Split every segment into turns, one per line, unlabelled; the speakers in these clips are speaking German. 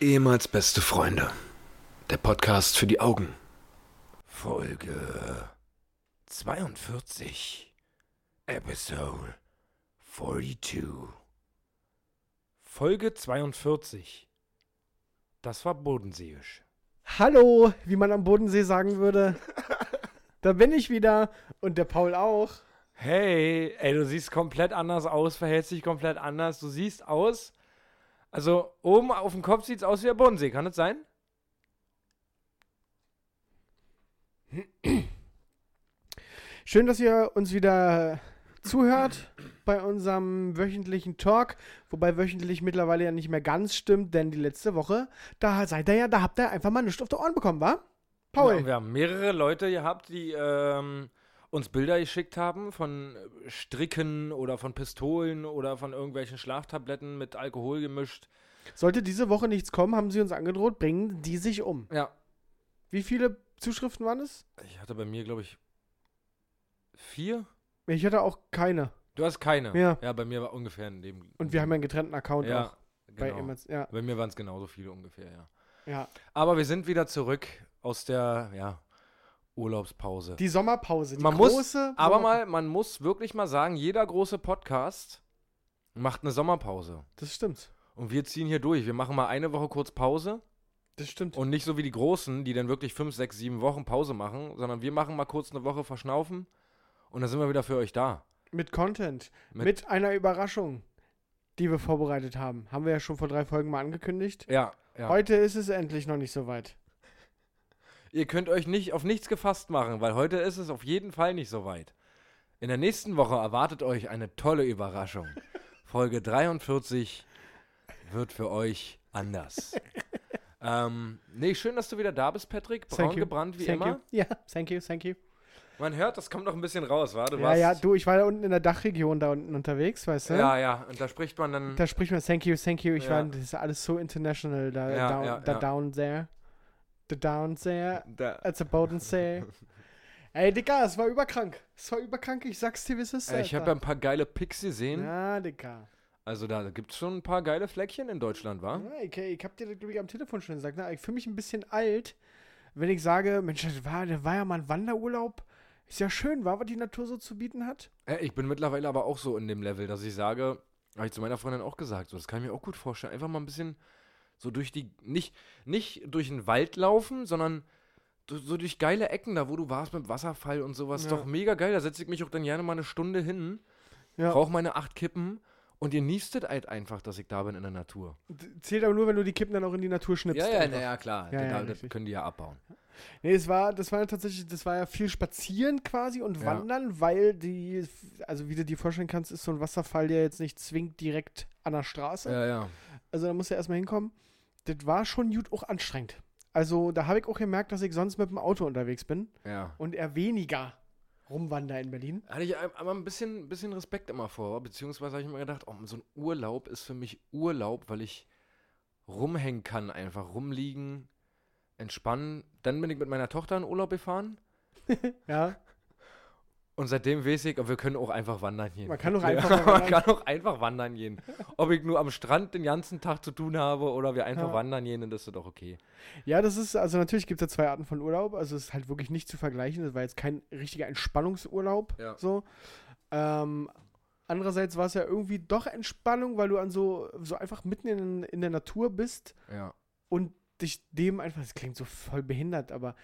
Ehemals beste Freunde. Der Podcast für die Augen.
Folge 42. Episode 42. Folge 42. Das war bodenseeisch.
Hallo, wie man am Bodensee sagen würde. Da bin ich wieder und der Paul auch.
Hey, ey, du siehst komplett anders aus, verhältst dich komplett anders. Du siehst aus. Also, oben auf dem Kopf sieht's aus wie der Bodensee, kann das sein?
Schön, dass ihr uns wieder zuhört bei unserem wöchentlichen Talk, wobei wöchentlich mittlerweile ja nicht mehr ganz stimmt, denn die letzte Woche, da seid ihr ja, da habt ihr einfach mal nichts auf die Ohren bekommen, wa?
Ja,
Paul,
wir haben mehrere Leute gehabt, die ähm, uns Bilder geschickt haben von äh, Stricken oder von Pistolen oder von irgendwelchen Schlaftabletten mit Alkohol gemischt.
sollte diese Woche nichts kommen, haben sie uns angedroht, bringen die sich um.
Ja,
Wie viele Zuschriften waren es?
ich hatte bei mir, glaube ich, vier.
Ich hatte auch keine.
Du hast keine.
Ja.
ja bei mir war ungefähr in dem.
Und wir haben ja einen getrennten Account
ja,
auch. Bei
genau. bei,
Emmerts. Ja,
bei mir waren es genauso viele ungefähr, ja.
ja.
Aber wir sind wieder zurück aus der ja, Urlaubspause.
Die Sommerpause, die
Man muss
große.
Aber
Sommer-
mal, man muss wirklich mal sagen, jeder große Podcast macht eine Sommerpause.
Das stimmt.
Und wir ziehen hier durch. Wir machen mal eine Woche kurz Pause.
Das stimmt.
Und nicht so wie die Großen, die dann wirklich fünf, sechs, sieben Wochen Pause machen, sondern wir machen mal kurz eine Woche verschnaufen und dann sind wir wieder für euch da.
Mit Content.
Mit-
Mit, einer Überraschung, die wir vorbereitet haben. Haben wir ja schon vor drei Folgen mal angekündigt.
Ja, ja.
Heute ist es endlich noch nicht so weit.
Ihr könnt euch nicht auf nichts gefasst machen, weil heute ist es auf jeden Fall nicht so weit. In der nächsten Woche erwartet euch eine tolle Überraschung. Folge 43 wird für euch anders. ähm, nee, schön, dass du wieder da bist, Patrick. Braun gebrannt wie
thank
immer.
You. Ja, thank you, thank you.
Man hört, das kommt noch ein bisschen raus, war? Du
ja,
warst,
ja, du, ich war da unten in der Dachregion da unten unterwegs, weißt du?
ja, ja. Und da spricht man dann.
Da spricht man thank you, thank you. Ich
Ja.
war, das ist alles so international da,
Ja,
down,
ja,
da
ja.
down there. Da down there.
da äh,
Als der Bodensee. Ey, Digga, es war überkrank. Es war überkrank, ich sag's dir, wie es ist. halt
Äh, ich habe ja ein paar geile Picks gesehen.
Ja, Digga.
Also da gibt es schon ein paar geile Fleckchen in Deutschland, wa?
Ja, ich, ich hab dir das, glaube ich, am Telefon schon gesagt. Ne? Ich fühle mich ein bisschen alt, wenn ich sage, Mensch, das war, das war ja mal ein Wanderurlaub. Ist ja schön, war, was die Natur so zu bieten hat.
Äh, ich bin mittlerweile aber auch so in dem Level, dass ich sage, habe ich zu meiner Freundin auch gesagt, so, das kann ich mir auch gut vorstellen. Einfach mal ein bisschen so durch die, nicht, nicht durch den Wald laufen, sondern so- so durch geile Ecken da, wo du warst mit Wasserfall und sowas.
Ja.
Doch mega geil, da setze ich mich auch dann gerne mal eine Stunde hin,
Ja.
rauche meine acht Kippen und ihr niestet halt einfach, dass ich da bin in der Natur.
D- Zählt aber nur, wenn du die Kippen dann auch in die Natur schnippst.
ja, ja,
einfach.
na, ja, klar,
Ja,
da,
ja,
das
richtig.
können die ja abbauen.
Nee, es war, das war ja tatsächlich, das war ja viel spazieren quasi und
Ja.
wandern, weil die, also wie du dir vorstellen kannst, ist so ein Wasserfall ja jetzt nicht zwingend direkt an der Straße.
Ja, ja.
Also da musst du erstmal hinkommen. Das war schon gut auch anstrengend. Also da habe ich auch gemerkt, dass ich sonst mit dem Auto unterwegs bin
ja.
und eher weniger rumwander in Berlin.
Hatte ich ein- aber ein bisschen, bisschen Respekt immer vor, beziehungsweise habe ich mir gedacht, oh, so ein Urlaub ist für mich Urlaub, weil ich rumhängen kann, einfach rumliegen, entspannen. Dann bin ich mit meiner Tochter in Urlaub gefahren
Ja,
und seitdem weiß ich, oh, wir können auch einfach wandern gehen.
Man kann auch
Ja,
einfach mal
man
wandern.
kann auch einfach wandern gehen. Ob ich nur am Strand den ganzen Tag zu tun habe oder wir einfach
Ja.
wandern gehen, dann ist das doch okay.
ja, das ist, also natürlich gibt es da zwei Arten von Urlaub. Also es ist halt wirklich nicht zu vergleichen. Das war jetzt kein richtiger Entspannungsurlaub.
Ja.
So. Ähm, andererseits war es ja irgendwie doch Entspannung, weil du an so, so einfach mitten in, in der Natur bist
Ja.
und dich dem einfach, das klingt so voll behindert, aber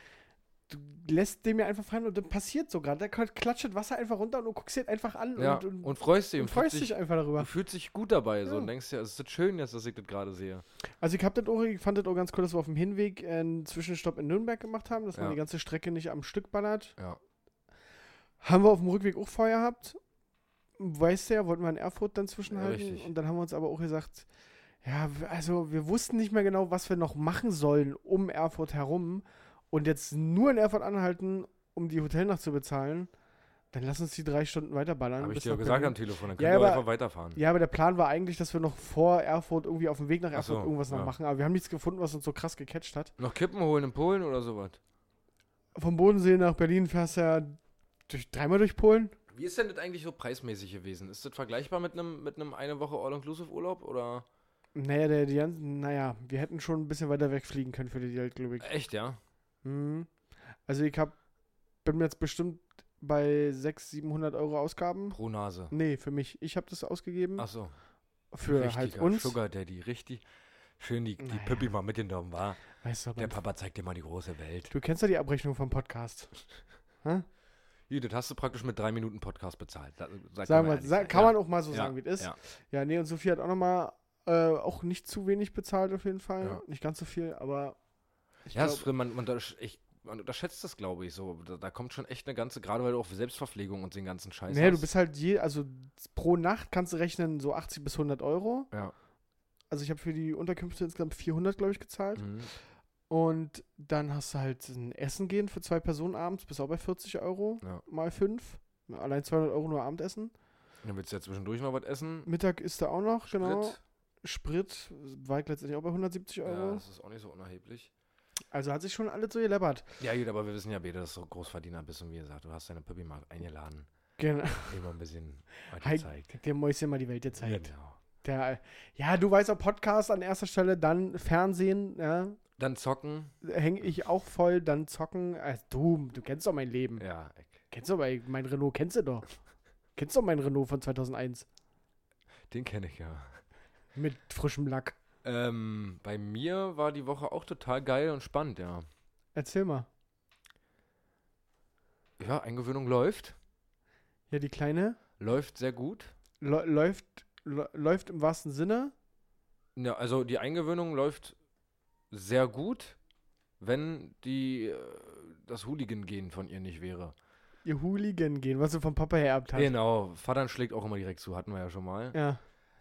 du lässt dem ja einfach fallen und dann passiert so gerade. Da klatscht das Wasser einfach runter und du guckst dir das einfach an
ja.
und, und,
Und, freust dich
und freust dich einfach
Du
darüber.
fühlst dich gut dabei so
Ja.
und denkst dir, es ist das schön jetzt, dass ich das gerade sehe.
Also ich hab das auch, ich fand das auch ganz cool, dass wir auf dem Hinweg einen Zwischenstopp in Nürnberg gemacht haben, dass
Ja.
man die ganze Strecke nicht am Stück ballert.
Ja.
Haben wir auf dem Rückweg auch Feuer gehabt. Weißt du ja, wollten wir in Erfurt dann
Ja,
zwischenhalten.
richtig.
und dann haben wir uns aber auch gesagt, ja, w- also wir wussten nicht mehr genau, was wir noch machen sollen um Erfurt herum. Und jetzt nur in Erfurt anhalten, um die Hotelnacht zu bezahlen, dann lass uns die drei Stunden weiterballern.
Habe ich
bis
dir
nach
gesagt
Berlin.
am Telefon, dann
Ja,
können wir
aber-
einfach weiterfahren.
Ja, aber der Plan war eigentlich, dass wir noch vor Erfurt irgendwie auf dem Weg nach
Ach
Erfurt
so,
irgendwas noch
ja.
machen. Aber wir haben nichts gefunden, was uns so krass gecatcht hat.
Noch Kippen holen in Polen oder sowas?
Vom Bodensee nach Berlin fährst du ja durch, dreimal durch Polen.
Wie ist denn das eigentlich so preismäßig gewesen? Ist das vergleichbar mit einem mit einem eine Woche All-Inclusive-Urlaub oder
Naja, der, die ganzen, naja, wir hätten schon ein bisschen weiter wegfliegen können für die Welt, glaube ich.
Echt, ja?
Mhm. Also ich hab, bin jetzt bestimmt bei 600, 700 Euro Ausgaben.
Pro Nase.
Nee, für mich. Ich habe das ausgegeben.
Ach so.
für
richtiger
halt uns.
Sugar Daddy, richtig. Schön die, die
Naja.
Pippi mal mitgenommen, war.
Weißt du, aber
Der Papa zeigt dir mal die große Welt.
du kennst ja die Abrechnung vom Podcast.
Hier, das hast du praktisch mit drei Minuten Podcast bezahlt. Da-
Sagen
mal
wir,
ehrlich
sa
sein.
kann
ja.
man auch mal so
Ja,
sagen, wie es ist. Ja.
ja.
nee, und Sophie hat auch nochmal äh, auch nicht zu wenig bezahlt auf jeden Fall.
Ja.
Nicht ganz so viel, aber ich
Ja,
ja,
es ist, man, man, untersch- ich, man unterschätzt das, glaube ich, so. Da, da kommt schon echt eine ganze, gerade weil du auch Selbstverpflegung und den ganzen Scheiß
naja, du
hast.
bist halt je, also pro Nacht kannst du rechnen so 80 bis 100 Euro.
Ja.
Also ich habe für die Unterkünfte insgesamt 400, glaube ich, gezahlt.
Mhm.
Und dann hast du halt ein Essen gehen für zwei Personen abends, bist auch bei 40 Euro
Ja.
mal 5. Allein 200 Euro nur Abendessen.
Dann willst du ja zwischendurch mal was essen.
Mittag ist da auch noch, genau.
Sprit.
Sprit war ich letztendlich auch bei 170
Ja,
Euro.
das ist auch nicht so unerheblich.
Also hat sich schon alles so geleppert.
Ja, gut, aber wir wissen ja, Bede, dass du Großverdiener bist und wie gesagt, du hast deine Pippi mal eingeladen.
Genau.
Immer ein bisschen weiter
Hi-
zeigt.
Der Mäuschen mal die Welt gezeigt.
Genau.
Der, ja, du weißt auch Podcast an erster Stelle, dann Fernsehen, ja,
Dann zocken.
hänge ich auch voll, dann zocken. Also, du, du kennst doch mein Leben.
Ja, ich-
Kennst doch mein, mein Renault, kennst du doch. kennst doch mein Renault von 2001
den kenne ich ja.
mit frischem Lack.
Ähm, bei mir war die Woche auch total geil und spannend, ja.
Erzähl mal.
Ja, Eingewöhnung läuft.
Ja, die Kleine
Läuft sehr gut.
lä- läuft, lä- läuft im wahrsten Sinne.
Ja, also die Eingewöhnung läuft sehr gut, wenn die äh, das Hooligan-Gehen von ihr nicht wäre.
Ihr Hooligan gehen, was du vom Papa hererbt hast.
Genau, Vatern schlägt auch immer direkt zu, hatten wir ja schon mal.
Ja.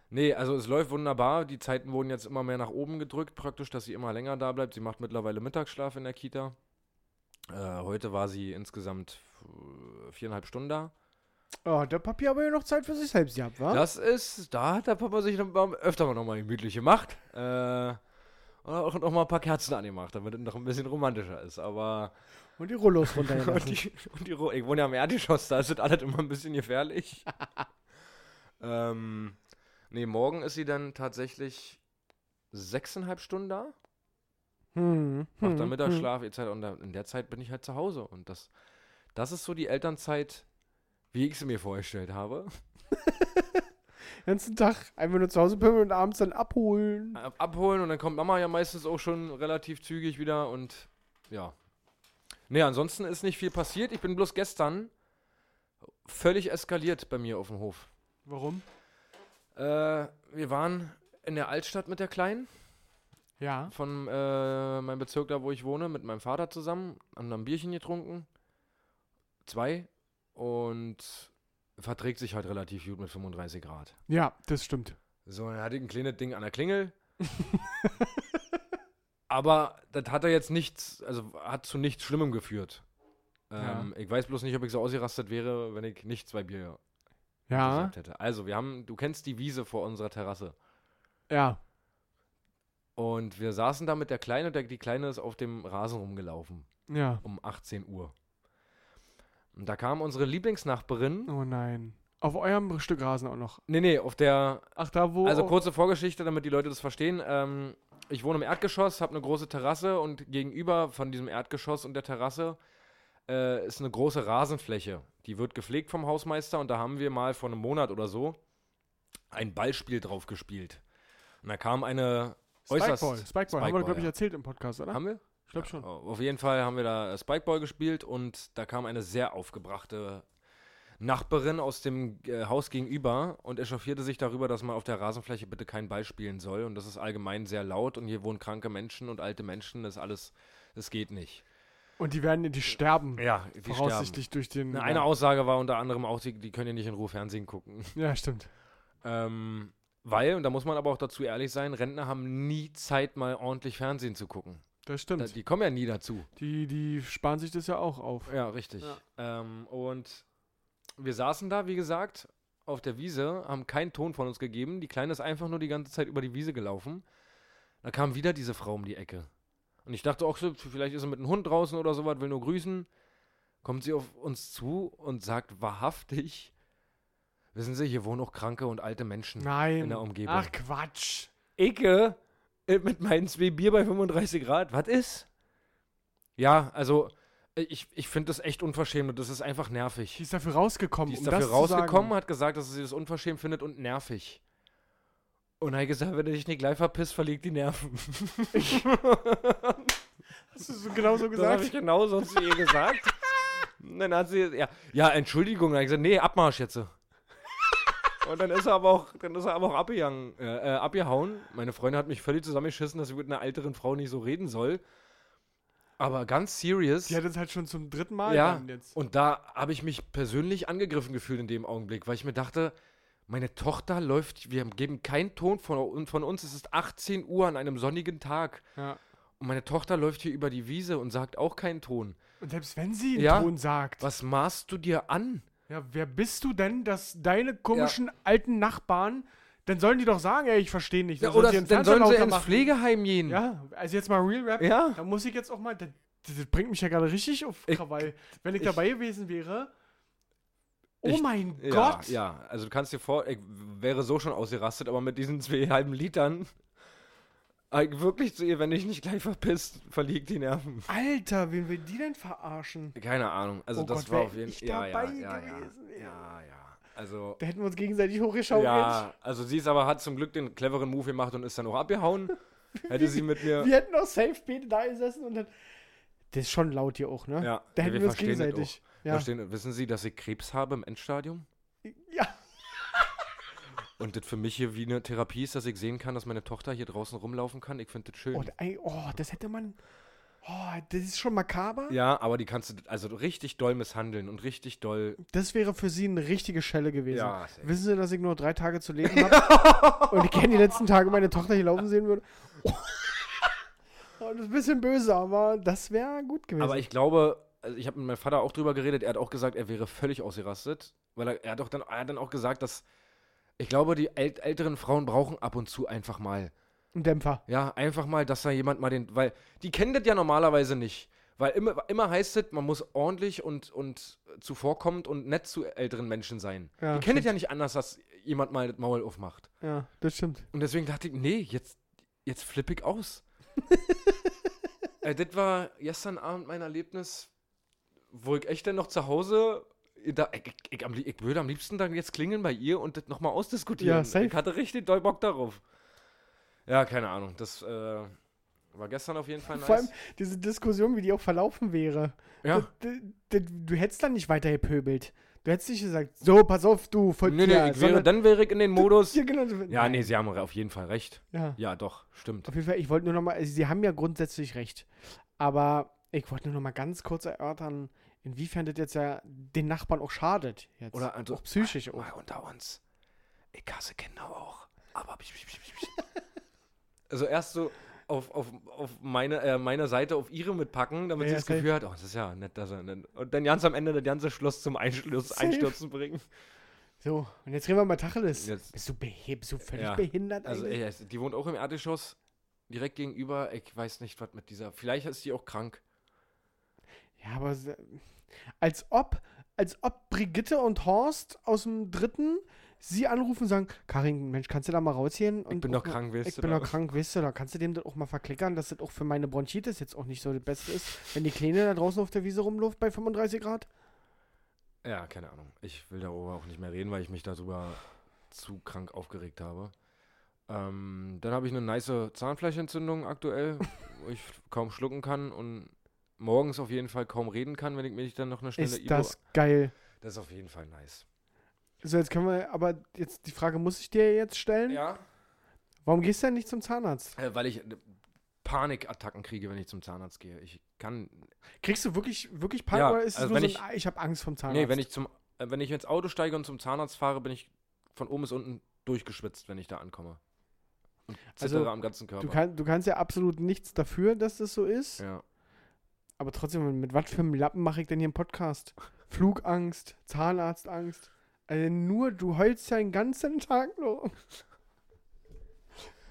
Nee, also es läuft wunderbar. Die Zeiten wurden jetzt immer mehr nach oben gedrückt, praktisch, dass sie immer länger da bleibt. Sie macht mittlerweile Mittagsschlaf in der Kita. Äh, heute war sie insgesamt äh, viereinhalb Stunden da.
Oh, der Papi aber ja noch Zeit für sich selbst gehabt, wa?
Das ist, da hat der Papa sich noch mal, öfter mal nochmal gemütlich gemacht. Äh, und auch noch mal ein paar Kerzen angemacht, damit es noch ein bisschen romantischer ist. Aber
Und die Rollos runtergelassen.
und die, und die Ro ich wohne ja im Erdgeschoss, da ist das alles immer ein bisschen gefährlich. ähm, nee, morgen ist sie dann tatsächlich sechseinhalb Stunden da,
hm.
macht dann
hm,
Mittagsschlaf etc. Und da, in der Zeit bin ich halt zu Hause. Und das, das ist so die Elternzeit, wie ich sie mir vorgestellt habe.
Hm. Ganzen Tag einfach nur zu Hause pimmeln und abends dann abholen.
Ab- abholen und dann kommt Mama ja meistens auch schon relativ zügig wieder und ja. Nee, ansonsten ist nicht viel passiert. Ich bin bloß gestern völlig eskaliert bei mir auf dem Hof.
Warum?
Äh, wir waren in der Altstadt mit der Kleinen
Ja.
von äh, meinem Bezirk da, wo ich wohne, mit meinem Vater zusammen, haben dann ein Bierchen getrunken. Zwei. Und verträgt sich halt relativ gut mit 35 Grad.
Ja, das stimmt.
So, dann hatte ich ein kleines Ding an der Klingel. Aber das hat er jetzt nichts, also hat zu nichts Schlimmem geführt. Ähm, Ich weiß bloß nicht, ob ich so ausgerastet wäre, wenn ich nicht zwei Bier
Ja.
gesagt hätte. Also, wir haben, du kennst die Wiese vor unserer Terrasse.
Ja.
Und wir saßen da mit der Kleinen und der, die Kleine ist auf dem Rasen rumgelaufen
Ja.
um 18 Uhr. Und da kam unsere Lieblingsnachbarin.
Oh nein. Auf eurem Stück Rasen auch noch.
Nee, nee, auf der.
Ach, da wo.
Also kurze Vorgeschichte, damit die Leute das verstehen. Ähm, ich wohne im Erdgeschoss, habe eine große Terrasse und gegenüber von diesem Erdgeschoss und der Terrasse äh, ist eine große Rasenfläche. Die wird gepflegt vom Hausmeister und da haben wir mal vor einem Monat oder so ein Ballspiel drauf gespielt. Und da kam eine
Spikeball.
äußerst.
Spikeball. Haben wir,
Spikeball,
glaube ich,
ja.
erzählt im Podcast, oder?
Haben wir?
ich glaube schon.
Ja, Äh, Auf jeden Fall haben wir da äh, Spikeball gespielt und da kam eine sehr aufgebrachte Nachbarin aus dem äh, Haus gegenüber und echauffierte sich darüber, dass man auf der Rasenfläche bitte keinen Ball spielen soll und das ist allgemein sehr laut und hier wohnen kranke Menschen und alte Menschen, das alles, das geht nicht.
Und die werden, die sterben.
Ja, die
voraussichtlich durch den.
sterben. Eine Aussage war unter anderem auch, die, die können ja nicht in Ruhe Fernsehen gucken.
ja, stimmt.
Ähm, weil, und da muss man aber auch dazu ehrlich sein, Rentner haben nie Zeit, mal ordentlich Fernsehen zu gucken.
Das
Da,
stimmt.
die kommen ja nie dazu.
Die, die sparen sich das ja auch auf.
Ja, richtig. Ähm, und wir saßen da, wie gesagt, auf der Wiese, haben keinen Ton von uns gegeben. Die Kleine ist einfach nur die ganze Zeit über die Wiese gelaufen. Da kam wieder diese Frau um die Ecke. Und ich dachte auch so, vielleicht ist sie mit einem Hund draußen oder sowas, will nur grüßen. Kommt sie auf uns zu und sagt wahrhaftig, wissen Sie, hier wohnen auch kranke und alte Menschen.
Nein.
In der Umgebung.
Ach Quatsch.
Icke äh, mit meinen zwei Bier bei 35 Grad, was ist? Ja, also äh, ich, ich finde das echt unverschämt und das ist einfach nervig.
Die ist dafür rausgekommen.
Die ist
um
dafür
das zu
rausgekommen,
sagen.
hat gesagt, dass sie das unverschämt findet und nervig. Und hat gesagt, wenn du dich nicht gleich verpisst, verliegt die Nerven.
Hast du so genau so
Das habe ich
gesagt?
genauso zu ihr gesagt. Und dann hat sie, ja, ja Entschuldigung. Dann hat gesagt, nee, Abmarsch jetzt. Und dann ist er aber auch, dann ist er aber auch abgehangen, äh, äh, abgehauen. Meine Freundin hat mich völlig zusammengeschissen, dass ich mit einer älteren Frau nicht so reden soll. Aber ganz serious.
Die hat es halt schon zum dritten Mal
ja,
dann jetzt.
und da habe ich mich persönlich angegriffen gefühlt in dem Augenblick, weil ich mir dachte, meine Tochter läuft, wir geben keinen Ton von, von uns, es ist 18 Uhr an einem sonnigen Tag.
Ja.
Und meine Tochter läuft hier über die Wiese und sagt auch keinen Ton.
Und selbst wenn sie einen
Ja.
Ton sagt,
Was maßt du dir an?
ja, wer bist du denn, dass deine komischen alten Nachbarn, dann sollen die doch sagen, ey, ich verstehe nicht.
oder
sollen sie ihren
dann sollen sie
Fernseher
ins
lauter machen.
Pflegeheim gehen.
Ja, also jetzt mal Real Rap.
Ja.
Da muss ich jetzt auch mal, das, das bringt mich ja gerade richtig auf
Ich-
Krawall. Wenn ich,
ich-
dabei gewesen wäre, oh
Ich-
mein
Ja,
Gott.
ja, also du kannst dir vor, ich wäre so schon ausgerastet, aber mit diesen zwei halben Litern äh, wirklich zu ihr, wenn ich nicht gleich verpisst, verliegt die Nerven.
Alter, wen will die denn verarschen?
Keine Ahnung. Also
Oh
das
Gott,
war
wär
auf jeden
ich
Fall. Ja, ja,
dabei
ja, ja,
gewesen, ey.
ja, ja. Also.
Da hätten wir uns gegenseitig hochgeschaukelt.
Ja, also sie ist aber hat zum Glück den cleveren Move gemacht und ist dann auch abgehauen. Hätte sie mit mir.
Wir hätten auch safe beide da gesessen und dann. Das ist schon laut hier auch, ne?
Ja,
da
ja,
hätten
wir
wir, uns
verstehen das
gegenseitig. Ja.
Verstehen, wissen Sie, dass ich Krebs habe im Endstadium?
ja.
Und das für mich hier wie eine Therapie ist, dass ich sehen kann, dass meine Tochter hier draußen rumlaufen kann. Ich finde das schön.
Und ein, oh, das hätte man. Oh, das ist schon makaber.
ja, aber die kannst du also richtig doll misshandeln und richtig doll.
Das wäre für sie eine richtige Schelle gewesen.
Ja, safe.
Wissen Sie, dass ich nur drei Tage zu leben habe? und ich kenne die letzten Tage meine Tochter hier laufen sehen würde. Oh. Und das ist ein bisschen böse, aber das wäre gut gewesen.
Aber ich glaube, also ich habe mit meinem Vater auch drüber geredet. Er hat auch gesagt, er wäre völlig ausgerastet, weil er, er hat doch dann, er hat dann auch gesagt, dass ich glaube, die ält älteren Frauen brauchen ab und zu einfach mal,
ein Dämpfer.
ja, einfach mal, dass da jemand mal den, weil die kennen das ja normalerweise nicht. Weil immer, immer heißt es, man muss ordentlich und, und zuvorkommend und nett zu älteren Menschen sein.
Ja,
die kennen es ja nicht anders, dass jemand mal das Maul aufmacht.
Ja, das stimmt.
Und deswegen dachte ich, nee, jetzt, jetzt flipp ich aus. äh, das war gestern Abend mein Erlebnis, wo ich echt dann noch zu Hause. äh, Da, ich, ich, ich, am lie- ich würde am liebsten dann jetzt klingeln bei ihr und das nochmal ausdiskutieren.
Ja, safe.
Ich hatte richtig doll Bock darauf. Ja, keine Ahnung. Das äh, war gestern auf jeden Fall nice.
Vor allem diese Diskussion, wie die auch verlaufen wäre.
ja.
D- d- Du hättest dann nicht weiter gepöbelt. Du hättest nicht gesagt, so, pass auf, du
Nee,
Volltier.
nee, ich wäre,
sondern-
dann wäre ich in den Modus.
Ja, genau. so-
Ja, nee, sie haben auf jeden Fall recht.
Ja.
Ja, doch, stimmt.
Auf jeden Fall, ich wollte nur noch mal, also Sie haben ja grundsätzlich recht, aber ich wollte nur noch mal ganz kurz erörtern, inwiefern das jetzt ja den Nachbarn auch schadet. Jetzt.
Oder also,
auch psychisch.
Mal
Auch.
unter uns. Ich hasse Kinder auch. Aber psch, psch, psch, psch, psch. Also erst so auf, auf, auf meine, äh, meiner Seite auf ihre mitpacken, damit
Ja,
sie
ja,
das
safe.
Gefühl hat, oh, das ist ja nett, dass er. Nett. Und dann ganz am Ende das ganze Schloss zum Einschluss,
Safe.
Einstürzen bringen.
So, und jetzt reden wir mal Tacheles.
Jetzt-
Bist du, behe bist du völlig
Ja.
behindert
Also,
eigentlich?
ey, es- die wohnt auch im Erdgeschoss, direkt gegenüber. Ich weiß nicht, was mit dieser. Vielleicht ist die auch krank.
Ja, aber se- als ob, als ob Brigitte und Horst aus dem Dritten sie anrufen und sagen, Karin, Mensch, kannst du da mal rausgehen? Und
bin
auch
doch
mal-
krank, willst
Ich
du
bin
da
doch
was?"
krank, weißt du, da kannst du dem das auch mal verklickern, dass das auch für meine Bronchitis jetzt auch nicht so das Beste ist, wenn die Kleine da draußen auf der Wiese rumläuft bei 35 Grad.
Ja, keine Ahnung. Ich will darüber auch nicht mehr reden, weil ich mich darüber zu krank aufgeregt habe. Ähm, dann habe ich eine nice Zahnfleischentzündung aktuell, wo ich kaum schlucken kann und morgens auf jeden Fall kaum reden kann, wenn ich mich dann noch eine schnelle
ist das geil.
Das ist auf jeden Fall nice.
So, jetzt können wir, aber jetzt die Frage muss ich dir jetzt stellen.
Ja,
Warum gehst du denn nicht zum Zahnarzt?
äh, weil ich äh, Panikattacken kriege, wenn ich zum Zahnarzt gehe. Ich kann
Kriegst du wirklich, wirklich Panik
Ja,
oder ist es
also
nur
wenn
so ein, ich habe Angst vom Zahnarzt?
Nee, wenn ich zum äh, wenn ich ins Auto steige und zum Zahnarzt fahre, bin ich von oben bis unten durchgeschwitzt, wenn ich da ankomme. Und
Also,
zittere am ganzen Körper.
du, kann, du kannst ja absolut nichts dafür, dass das so ist.
ja.
Aber trotzdem, mit was für einem Lappen mache ich denn hier einen Podcast? Flugangst, Zahnarztangst. Also nur, du heulst ja den ganzen Tag nur.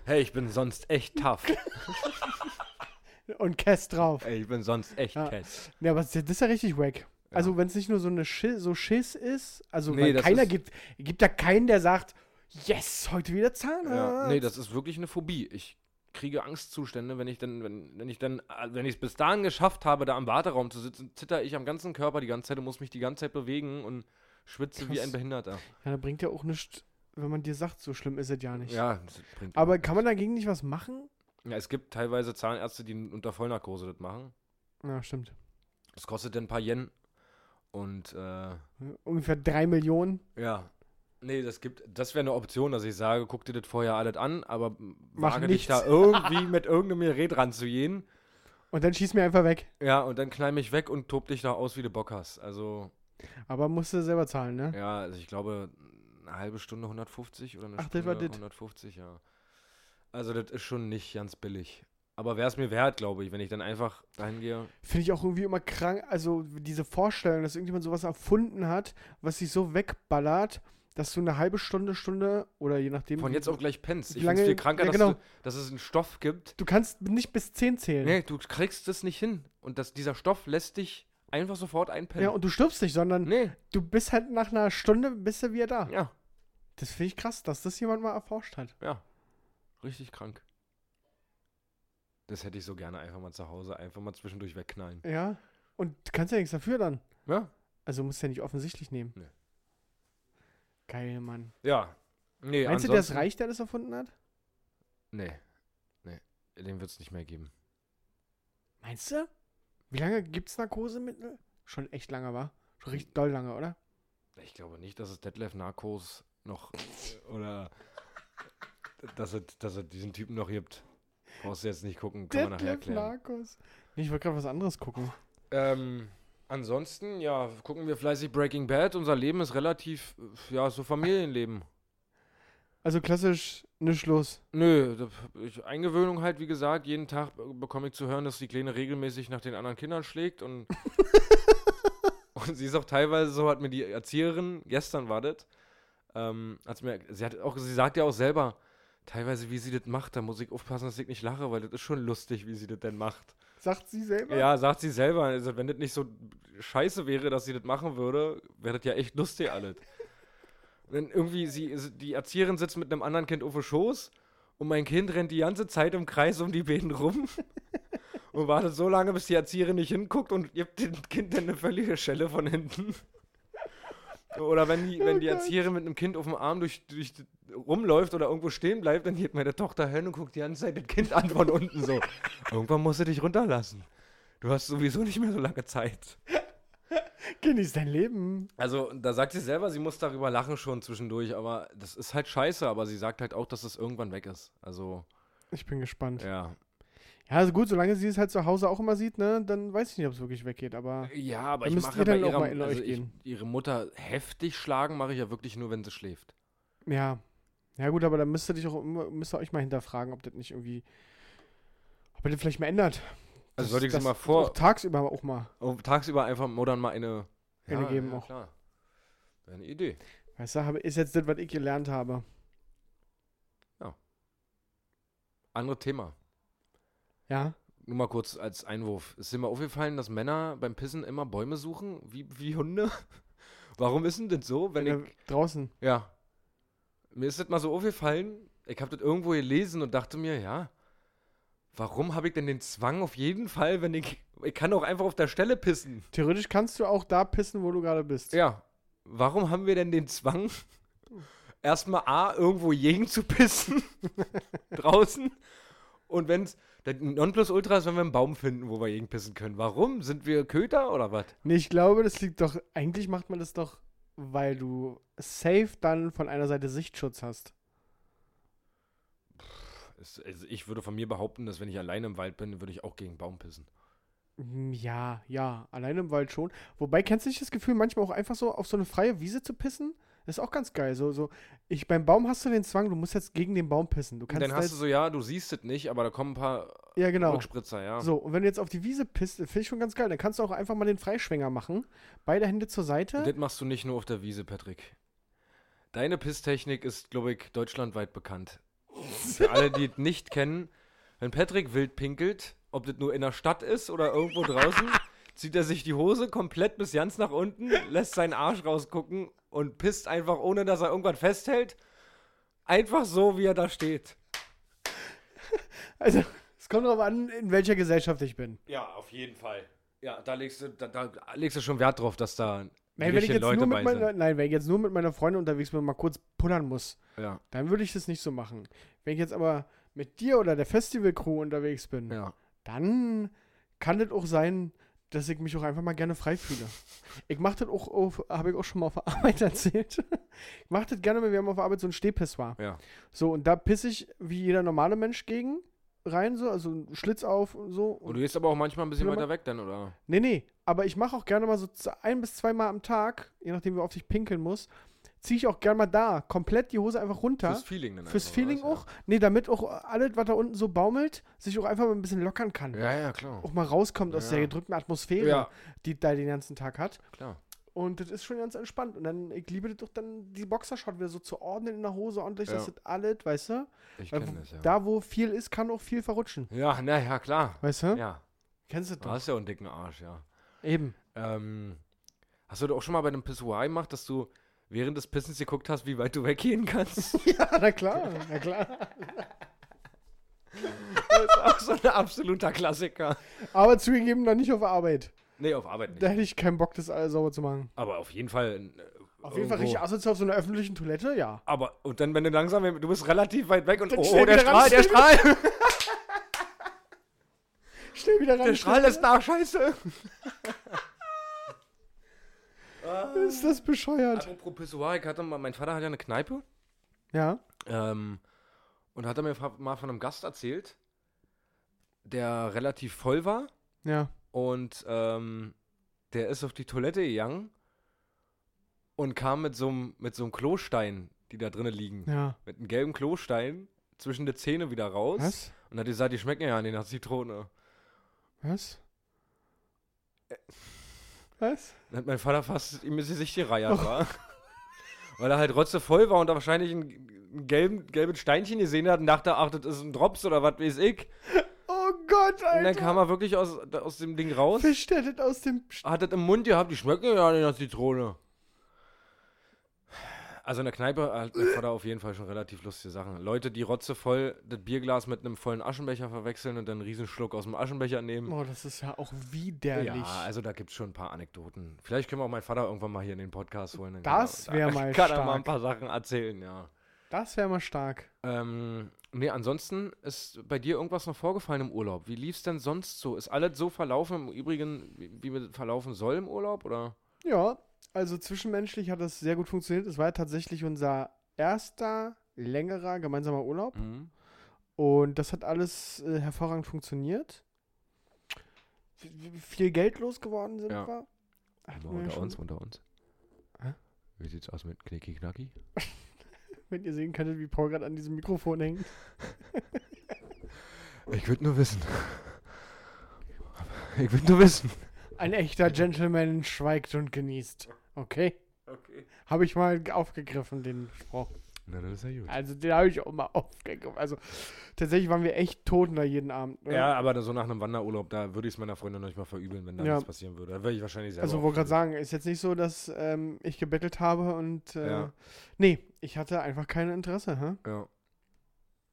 Hey, ich bin sonst echt tough.
Und Kess drauf.
Ey, ich bin sonst echt
Ja.
Cass.
Ja, aber das ist ja- das ist ja richtig wack. Also, wenn es nicht nur so eine Schi so Schiss ist, also
Nee,
weil
das
keiner
ist-
gibt, gibt ja keinen, der sagt, Yes, heute wieder Zahnarzt.
Ja. Nee, das ist wirklich eine Phobie. Ich kriege Angstzustände, wenn ich dann, wenn, wenn ich dann, äh, wenn ich es bis dahin geschafft habe, da am Warteraum zu sitzen, zitter ich am ganzen Körper die ganze Zeit und muss mich die ganze Zeit bewegen und schwitze wie
Krass.
ein Behinderter.
ja, da bringt ja auch nichts, wenn man dir sagt, so schlimm ist es ja nicht.
Ja, das bringt
Aber kann man dagegen nicht was machen?
ja, es gibt teilweise Zahnärzte, die unter Vollnarkose das machen.
Na, stimmt.
Das kostet dann ein paar Yen. Und äh,
Ungefähr drei Millionen.
Ja. Nee, das gibt, das wäre eine Option, dass ich sage, guck dir das vorher alles an, aber m,
Mach
wage dich
nichts.
da irgendwie mit irgendeinem Gerät ranzugehen.
Und dann schieß mir einfach weg.
Ja, und dann knall mich weg und tob dich da aus, wie du Bock hast. Also,
Aber musst du selber zahlen, ne?
ja, also ich glaube, eine halbe Stunde 150 oder eine
Ach, das
Stunde
war das.
150, ja. Also, das ist schon nicht ganz billig. Aber wäre es mir wert, glaube ich, wenn ich dann einfach dahin gehe.
Finde ich auch irgendwie immer krank. Also diese Vorstellung, dass irgendjemand sowas erfunden hat, was sich so wegballert, dass du eine halbe Stunde, Stunde oder je nachdem.
Von
wie-
jetzt auf gleich pennst.
wie
Ich finde es
lange-
viel kranker,
ja,
dass,
genau.
du, dass es einen Stoff gibt,
Du kannst nicht bis 10 zählen.
Nee, du kriegst es nicht hin. Und das, dieser Stoff lässt dich einfach sofort einpennen.
Ja, und du stirbst nicht, sondern
nee,
du bist halt nach einer Stunde bist du wieder da.
ja,
Das finde ich krass, dass das jemand mal erforscht hat.
ja. Richtig krank. Das hätte ich so gerne einfach mal zu Hause, einfach mal zwischendurch wegknallen.
Ja. Und du kannst ja nichts dafür dann.
Ja?
Also musst du ja nicht offensichtlich nehmen.
Nee.
Geil, Mann.
Ja. Nee,
Meinst du, der ist
ansonsten-
reich, der das erfunden hat?
Nee. Nee. Den wird es nicht mehr geben.
Meinst du? Wie lange gibt's Narkosemittel? Schon echt lange, war. Schon richtig doll lange, oder?
Ich glaube nicht, dass es Detlef Narcos noch äh, oder dass es, dass es diesen Typen noch gibt. Brauchst du jetzt nicht gucken, kann man nachher
Detlef
erklären.
Narcos. Nee, ich wollte gerade was anderes gucken.
Ähm, ansonsten, ja, gucken wir fleißig Breaking Bad. Unser Leben ist relativ, äh, ja, so Familienleben.
Also klassisch, nichts los.
Nö, da- ich, Eingewöhnung halt, wie gesagt. Jeden Tag be- bekomme ich zu hören, dass die Kleine regelmäßig nach den anderen Kindern schlägt. Und, und sie ist auch teilweise so, hat mir die Erzieherin, gestern war das, ähm, hat's mir, sie, hat auch, sie sagt ja auch selber, teilweise, wie sie das macht, da muss ich aufpassen, dass ich nicht lache, weil das ist schon lustig, wie sie das denn macht.
Sagt sie selber?
Ja, sagt sie selber. Also, wenn das nicht so scheiße wäre, dass sie das machen würde, wäre das ja echt lustig alles. Und dann irgendwie, sie, die Erzieherin sitzt mit einem anderen Kind auf dem Schoß und mein Kind rennt die ganze Zeit im Kreis um die beiden rum und wartet so lange, bis die Erzieherin nicht hinguckt und gibt dem Kind dann eine völlige Schelle von hinten. Oder wenn die, wenn die
Gott.
Erzieherin mit einem Kind auf dem Arm durch, durch rumläuft oder irgendwo stehen bleibt, dann geht meine Tochter hin und guckt die ganze Zeit das Kind an von unten so. Irgendwann musst du dich runterlassen. Du hast sowieso nicht mehr so lange Zeit.
Genieß dein Leben.
Also, da sagt sie selber, sie muss darüber lachen schon zwischendurch, aber das ist halt scheiße, aber sie sagt halt auch, dass es irgendwann weg ist. Also,
Ich bin gespannt. Ja.
ja.
also gut, solange sie es halt zu Hause auch immer sieht, ne, dann weiß ich nicht, ob es wirklich weggeht, aber.
Ja, aber
Da
ich
müsst
mache
ihr
bei
dann auch
ihrer,
mal in
also
euch
ich,
gehen.
ihre Mutter heftig schlagen, mache ich ja wirklich nur, wenn sie schläft.
Ja. Ja, gut, aber dann müsst ihr dich auch immer- müsst ihr euch mal hinterfragen, ob das nicht irgendwie. Ob ihr das vielleicht mal ändert.
Also
Das-
sollte ich sie
das-
mal vor,
Auch tagsüber auch mal.
oh, tagsüber einfach Modern mal eine,
Eine geben auch.
Klar. Wäre eine Idee.
Weißt du, habe- ist jetzt das, was ich gelernt habe.
Anderes Thema.
Ja.
Nur mal kurz als Einwurf. Ist dir mal aufgefallen, dass Männer beim Pissen immer Bäume suchen, wie, wie Hunde? Warum ist denn das so? Wenn ich,
Äh, draußen.
Ja. Mir ist das mal so aufgefallen, ich habe das irgendwo gelesen und dachte mir, ja, warum habe ich denn den Zwang auf jeden Fall, wenn ich, ich kann auch einfach auf der Stelle pissen.
Theoretisch kannst du auch da pissen, wo du gerade bist.
Ja. Warum haben wir denn den Zwang, erstmal A, irgendwo gegen zu pissen, draußen, und wenn's, dann Nonplusultra ist, wenn wir einen Baum finden, wo wir gegen pissen können. Warum? Sind wir Köter oder was?
Nee, ich glaube, das liegt doch. Eigentlich macht man das doch, weil du safe dann von einer Seite Sichtschutz hast.
Es- Also ich würde von mir behaupten, dass wenn ich alleine im Wald bin, würde ich auch gegen einen Baum pissen.
Hm, Ja, ja. Alleine im Wald schon. Wobei, kennst du nicht das Gefühl, manchmal auch einfach so auf so eine freie Wiese zu pissen? Das ist auch ganz geil. So, so, ich, beim Baum hast du den Zwang, du musst jetzt gegen den Baum pissen. Du
Und
kannst
dann hast
halt-
du so, ja, du siehst es nicht, aber da kommen ein paar
Ja, genau.
Rückspritzer, ja.
So, und wenn du jetzt auf die Wiese pisst, finde ich schon ganz geil. Dann kannst du auch einfach mal den Freischwenger machen. Beide Hände zur
Und
Seite.
Das machst du nicht nur auf der Wiese, Patrick. Deine Pisstechnik ist, glaube ich, deutschlandweit bekannt. Für alle, die es nicht kennen, wenn Patrick wild pinkelt, ob das nur in der Stadt ist oder irgendwo draußen, zieht er sich die Hose komplett bis ganz nach unten, lässt seinen Arsch rausgucken und pisst einfach, ohne dass er irgendwas festhält. Einfach so, wie er da steht.
Also, es kommt darauf an, in welcher Gesellschaft ich bin.
Ja, auf jeden Fall. Ja, da legst du, da, da legst du schon Wert drauf, dass da
Nein, wenn ich
richtige
jetzt
Leute
nur mit
bei
meiner,
sind.
nein, wenn ich jetzt nur mit meiner Freundin unterwegs bin und mal kurz pullern muss,
Ja,
dann würde ich das nicht so machen. Wenn ich jetzt aber mit dir oder der Festival-Crew unterwegs bin,
ja.
dann kann das auch sein, dass ich mich auch einfach mal gerne frei fühle. Ich mache das auch auf, habe ich auch schon mal auf der Arbeit erzählt. Ich mache das gerne, wenn wir haben auf der Arbeit so ein Stehpiss war.
Ja.
So, und da pisse ich wie jeder normale Mensch gegen, rein so, also einen Schlitz auf und so.
Und
Und,
du gehst aber auch manchmal ein bisschen
Wenn man-
weiter weg dann, oder?
nee, nee, aber ich mache auch gerne mal so z- ein bis zweimal am Tag, je nachdem, wie oft ich pinkeln muss, ziehe ich auch gerne mal da komplett die Hose einfach runter.
Fürs Feeling dann
Fürs
einfach,
Feeling
oder?
auch. Nee, damit auch alles, was da unten so baumelt, sich auch einfach mal ein bisschen lockern kann.
Ja, ja, klar.
Auch mal rauskommt aus
Ja.
der gedrückten Atmosphäre,
Ja,
die da den ganzen Tag hat.
klar.
Und das ist schon ganz entspannt. Und dann, ich liebe das doch dann, die Boxershot wieder so zu ordnen in der Hose ordentlich, dass
Ja.
das alles, weißt du?
Ich
Weil
kenne
wo-
das, ja.
Ähm, Da, wo viel ist, kann auch viel verrutschen.
ja, na ja, klar.
Weißt du?
Ja,
Kennst du das
du
doch?
hast ja auch einen dicken Arsch, ja.
Eben.
Ähm, hast du auch schon mal bei einem Pissoir gemacht, dass du während des Pissens geguckt hast, wie weit du weggehen kannst?
Ja, na klar, na klar.
das ist auch so ein absoluter Klassiker.
Aber zugegeben, noch nicht auf der Arbeit.
Nee, auf Arbeit
Da
nicht.
hätte ich keinen Bock, das alles sauber zu machen.
Aber auf jeden Fall. äh,
Auf jeden
irgendwo.
Fall richtig asozial auf so einer öffentlichen Toilette, ja.
Aber, und dann, wenn du langsam, du bist relativ weit weg und
Dann
oh, oh,
schnell
der
wieder
Strahl,
ran,
der
schnell
Strahl,
Schnell wieder ran.
der
schnell
Strahl ist nach Scheiße. Ah.
wieder- Ist das bescheuert?
Apropos Pissoir, ich hatte mal, mein Vater hat ja eine Kneipe.
Ja.
Ähm, und hat er mir fa- mal von einem Gast erzählt, der relativ voll war
Ja.
und ähm, der ist auf die Toilette gegangen und kam mit so einem mit so'm Klostein, die da drinnen liegen,
Ja.
mit einem gelben Klostein zwischen der Zähne wieder raus
Was?
und hat gesagt, die schmecken ja nicht nach Zitrone.
Was?
Äh.
Was?
Dann hat mein Vater fast ihm ist die Sicht gereiert,
Oh.
war. Weil er halt rotzevoll war und da wahrscheinlich ein ein gelben, gelben Steinchen gesehen hat und dachte, ach, das ist ein Drops oder was weiß ich.
Oh Gott,
Und dann
Alter.
kam er wirklich aus, da- aus dem Ding raus,
Fisch, der das aus dem... Sch-
hat das im Mund gehabt, die schmecken ja nicht nach Zitrone. Also in der Kneipe hat mein Vater auf jeden Fall schon relativ lustige Sachen. Leute, die rotzevoll das Bierglas mit einem vollen Aschenbecher verwechseln und dann einen Riesenschluck aus dem Aschenbecher nehmen.
Oh, das ist ja auch widerlich.
Ja, also da gibt es schon ein paar Anekdoten. Vielleicht können wir auch meinen Vater irgendwann mal hier in den Podcast holen. dann
Das
kann er-
wär mal
Kann er mal ein
stark.
paar Sachen erzählen, ja.
das wäre mal stark.
Ähm, nee, ansonsten ist bei dir irgendwas noch vorgefallen im Urlaub. Wie lief's denn sonst so? Ist alles so verlaufen im Übrigen, wie, wie man verlaufen soll im Urlaub, oder?
Ja, also zwischenmenschlich hat das sehr gut funktioniert. Es war ja tatsächlich unser erster längerer gemeinsamer Urlaub.
Mhm.
Und das hat alles äh, hervorragend funktioniert. V- v- Viel Geld losgeworden sind
Ja.
wir. Hatten wir ja schon-
unter uns.
Hä?
Wie sieht's aus mit Knicki Knacki?
Wenn ihr sehen könntet, wie Paul gerade an diesem Mikrofon hängt.
Ich würde nur wissen. Ich würde nur wissen.
Ein echter Gentleman schweigt und genießt. Okay.
Okay.
Habe ich mal aufgegriffen, den Spruch.
Na, das ist ja gut.
Also, den habe ich auch mal aufgegriffen. Also, tatsächlich waren wir echt Toten da jeden Abend. ne?
Ja, aber so nach einem Wanderurlaub, da würde ich es meiner Freundin noch nicht mal verübeln, wenn da
Ja.
nichts passieren würde. Da wäre ich wahrscheinlich selber.
Also,
auch
wollte gerade
verrückt.
sagen, ist jetzt nicht so, dass ähm, ich gebettelt habe und. Äh,
Ja.
Nee, ich hatte einfach kein Interesse. Hä?
Ja.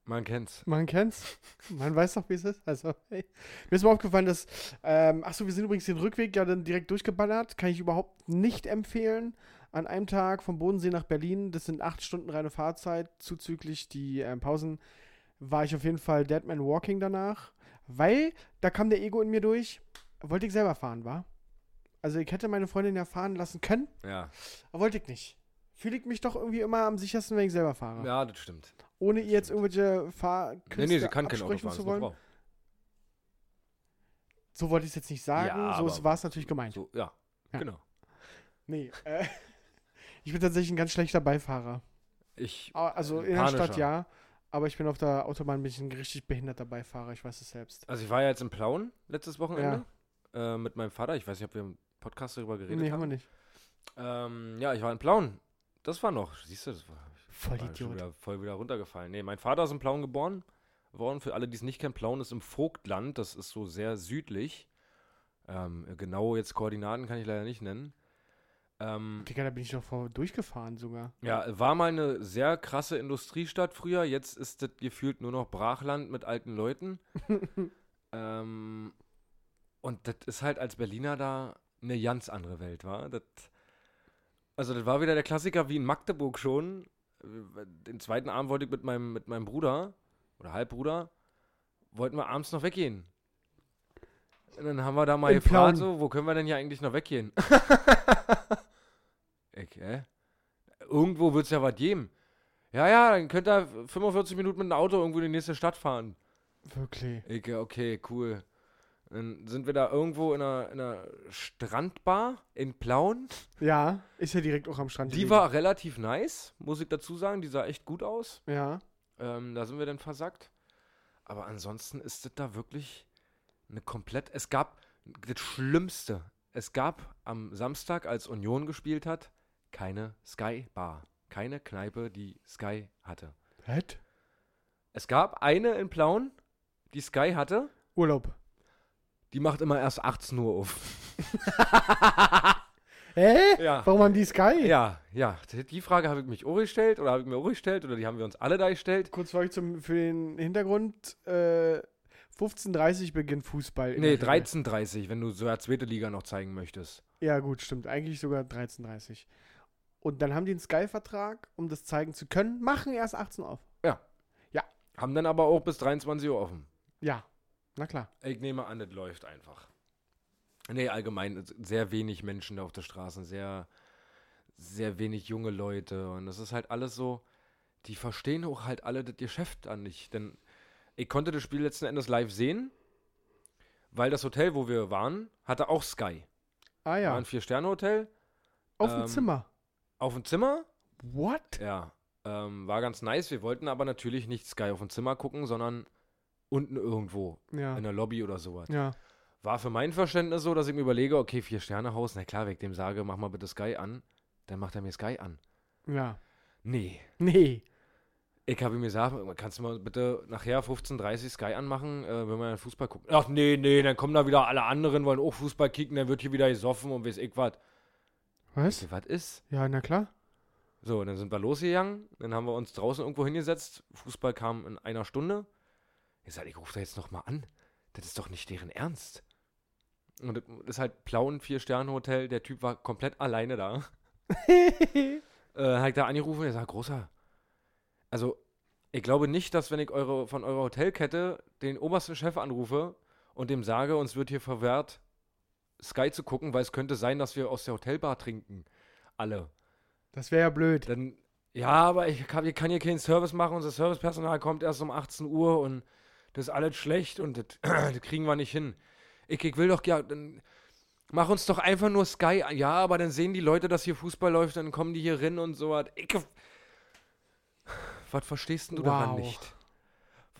Man kennt's.
Man kennt's. Man weiß doch, wie es ist. Also, hey. Mir ist mal aufgefallen, dass. Ähm, Achso, wir sind übrigens den Rückweg ja dann direkt durchgeballert. Kann ich überhaupt nicht empfehlen. An einem Tag vom Bodensee nach Berlin, das sind acht Stunden reine Fahrzeit, zuzüglich die ähm, Pausen, war ich auf jeden Fall Deadman Walking danach. Weil da kam der Ego in mir durch. Wollte ich selber fahren, war? Also, ich hätte meine Freundin ja fahren lassen können,
Ja.
aber wollte ich nicht. Fühle ich mich doch irgendwie immer am sichersten, wenn ich selber fahahre.
Ja, das stimmt.
Ohne ihr jetzt irgendwelche Fahrkünste
Nee, nee, sie kann kein Auto
absprechen
fahren.
zu
ist eine
wollen.
Frau.
So wollte ich es jetzt nicht sagen,
Ja,
so
aber-
war es natürlich gemeint.
So, ja.
Ja.
Genau.
Nee, äh, ich bin tatsächlich ein ganz schlechter Beifahrer.
Ich.
Au- Also in
Panischer.
der Stadt ja, aber ich bin auf der Autobahn ein bisschen richtig behinderter Beifahrer, ich weiß es selbst.
Also, ich war ja jetzt in Plauen letztes Wochenende äh, mit meinem Vater. Ich weiß nicht, ob wir im Podcast darüber geredet
nee, haben wir
haben.
nicht.
Ähm, ja, ich war in Plauen. Das war noch. Siehst du, das war,
Voll
war schon
Idiot.
wieder, voll wieder runtergefallen. Nee, mein Vater ist in Plauen geboren worden. Für alle, die es nicht kennen, Plauen ist im Vogtland. Das ist so sehr südlich. Ähm, genau jetzt Koordinaten kann ich leider nicht nennen. Ähm,
Digga, da bin ich doch vor durchgefahren sogar.
ja, war mal eine sehr krasse Industriestadt früher. Jetzt ist das gefühlt nur noch Brachland mit alten Leuten. ähm, und das ist halt als Berliner da eine ganz andere Welt, war. Das, also das war wieder der Klassiker wie in Magdeburg schon. Den zweiten Abend wollte ich mit meinem, mit meinem Bruder oder Halbbruder, wollten wir abends noch weggehen. Und dann haben wir da mal
In
gefragt,
Plauen.
so, wo können wir denn hier eigentlich noch weggehen? ich, äh? Irgendwo wird es ja was geben. Ja, ja, dann könnt ihr 45 Minuten mit dem Auto irgendwo in die nächste Stadt fahren.
Wirklich.
Ich, äh, okay, cool. Dann sind wir da irgendwo in einer, in einer Strandbar in Plauen.
Ja, ist ja direkt auch am Strand.
Die
gelegen.
war relativ nice, muss ich dazu sagen. Die sah echt gut aus.
Ja.
Ähm, da sind wir dann versackt. Aber ansonsten ist das da wirklich eine komplett. Es gab das Schlimmste. Es gab am Samstag, als Union gespielt hat, keine Sky Bar. Keine Kneipe, die Sky hatte.
What?
Es gab eine in Plauen, die Sky hatte.
Urlaub.
Die macht immer erst 18 Uhr auf.
Hä?
Ja.
Warum haben die Sky?
Ja, ja. Die- Die Frage habe ich mich auch gestellt oder habe ich mir auch gestellt oder die haben wir uns alle da gestellt.
Kurz für euch zum, für den Hintergrund. Äh, 15.30 beginnt Fußball. in
Nee,
der Regel.
13.30, wenn du so eine zweite Liga noch zeigen möchtest.
Ja, gut, stimmt. Eigentlich sogar 13.30. Und dann haben die einen Sky-Vertrag, um das zeigen zu können, machen erst 18 auf.
Haben dann aber auch bis 23 Uhr offen.
Ja, na klar.
Ich nehme an, das läuft einfach. Nee, allgemein sehr wenig Menschen da auf der Straße, sehr, sehr wenig junge Leute. Und das ist halt alles so, die verstehen auch halt alle das Geschäft an nicht. Denn ich konnte das Spiel letzten Endes live sehen, weil das Hotel, wo wir waren, hatte auch Sky.
Ah
Ja.
ja,
War ein Vier-Sterne-Hotel,
auf dem
ähm,
Zimmer.
auf dem Zimmer.
What?
Ja, ähm, war ganz nice. Wir wollten aber natürlich nicht Sky auf dem Zimmer gucken, sondern unten irgendwo,
Ja,
in der Lobby oder sowas.
ja.
War für mein Verständnis so, dass ich mir überlege, okay, Vier-Sterne-Haus, na klar, wenn ich dem sage, mach mal bitte Sky an, dann macht er mir Sky an.
Ja.
Nee.
Nee.
Ich habe ihm gesagt, kannst du mal bitte nachher 15.30 Sky anmachen, äh, wenn wir dann Fußball gucken. Ach nee, nee, dann kommen da wieder alle anderen, wollen auch Fußball kicken, dann wird hier wieder gesoffen und weiß ich was.
Was?
Was ist?
Ja, na klar.
So, und dann sind wir losgegangen, dann haben wir uns draußen irgendwo hingesetzt, Fußball kam in einer Stunde. Ich sag, ich rufe da jetzt nochmal an. Das ist doch nicht deren Ernst. Und das ist halt Plauen, Vier-Sterne-Hotel, der Typ war komplett alleine da. äh, hab ich da angerufen und er sagt, großer, also ich glaube nicht, dass wenn ich eure, von eurer Hotelkette den obersten Chef anrufe und dem sage, uns wird hier verwehrt, Sky zu gucken, weil es könnte sein, dass wir aus der Hotelbar trinken. Alle.
Das wäre ja blöd.
Dann, ja, aber ich kann, ich kann hier keinen Service machen. Unser Servicepersonal kommt erst um 18 Uhr und das ist alles schlecht und das, das kriegen wir nicht hin. Ich, ich will doch, ja, dann mach uns doch einfach nur Sky an. Ja, aber dann sehen die Leute, dass hier Fußball läuft, dann kommen die hier rein und so was. Ich, was verstehst denn du daran
Wow.
nicht?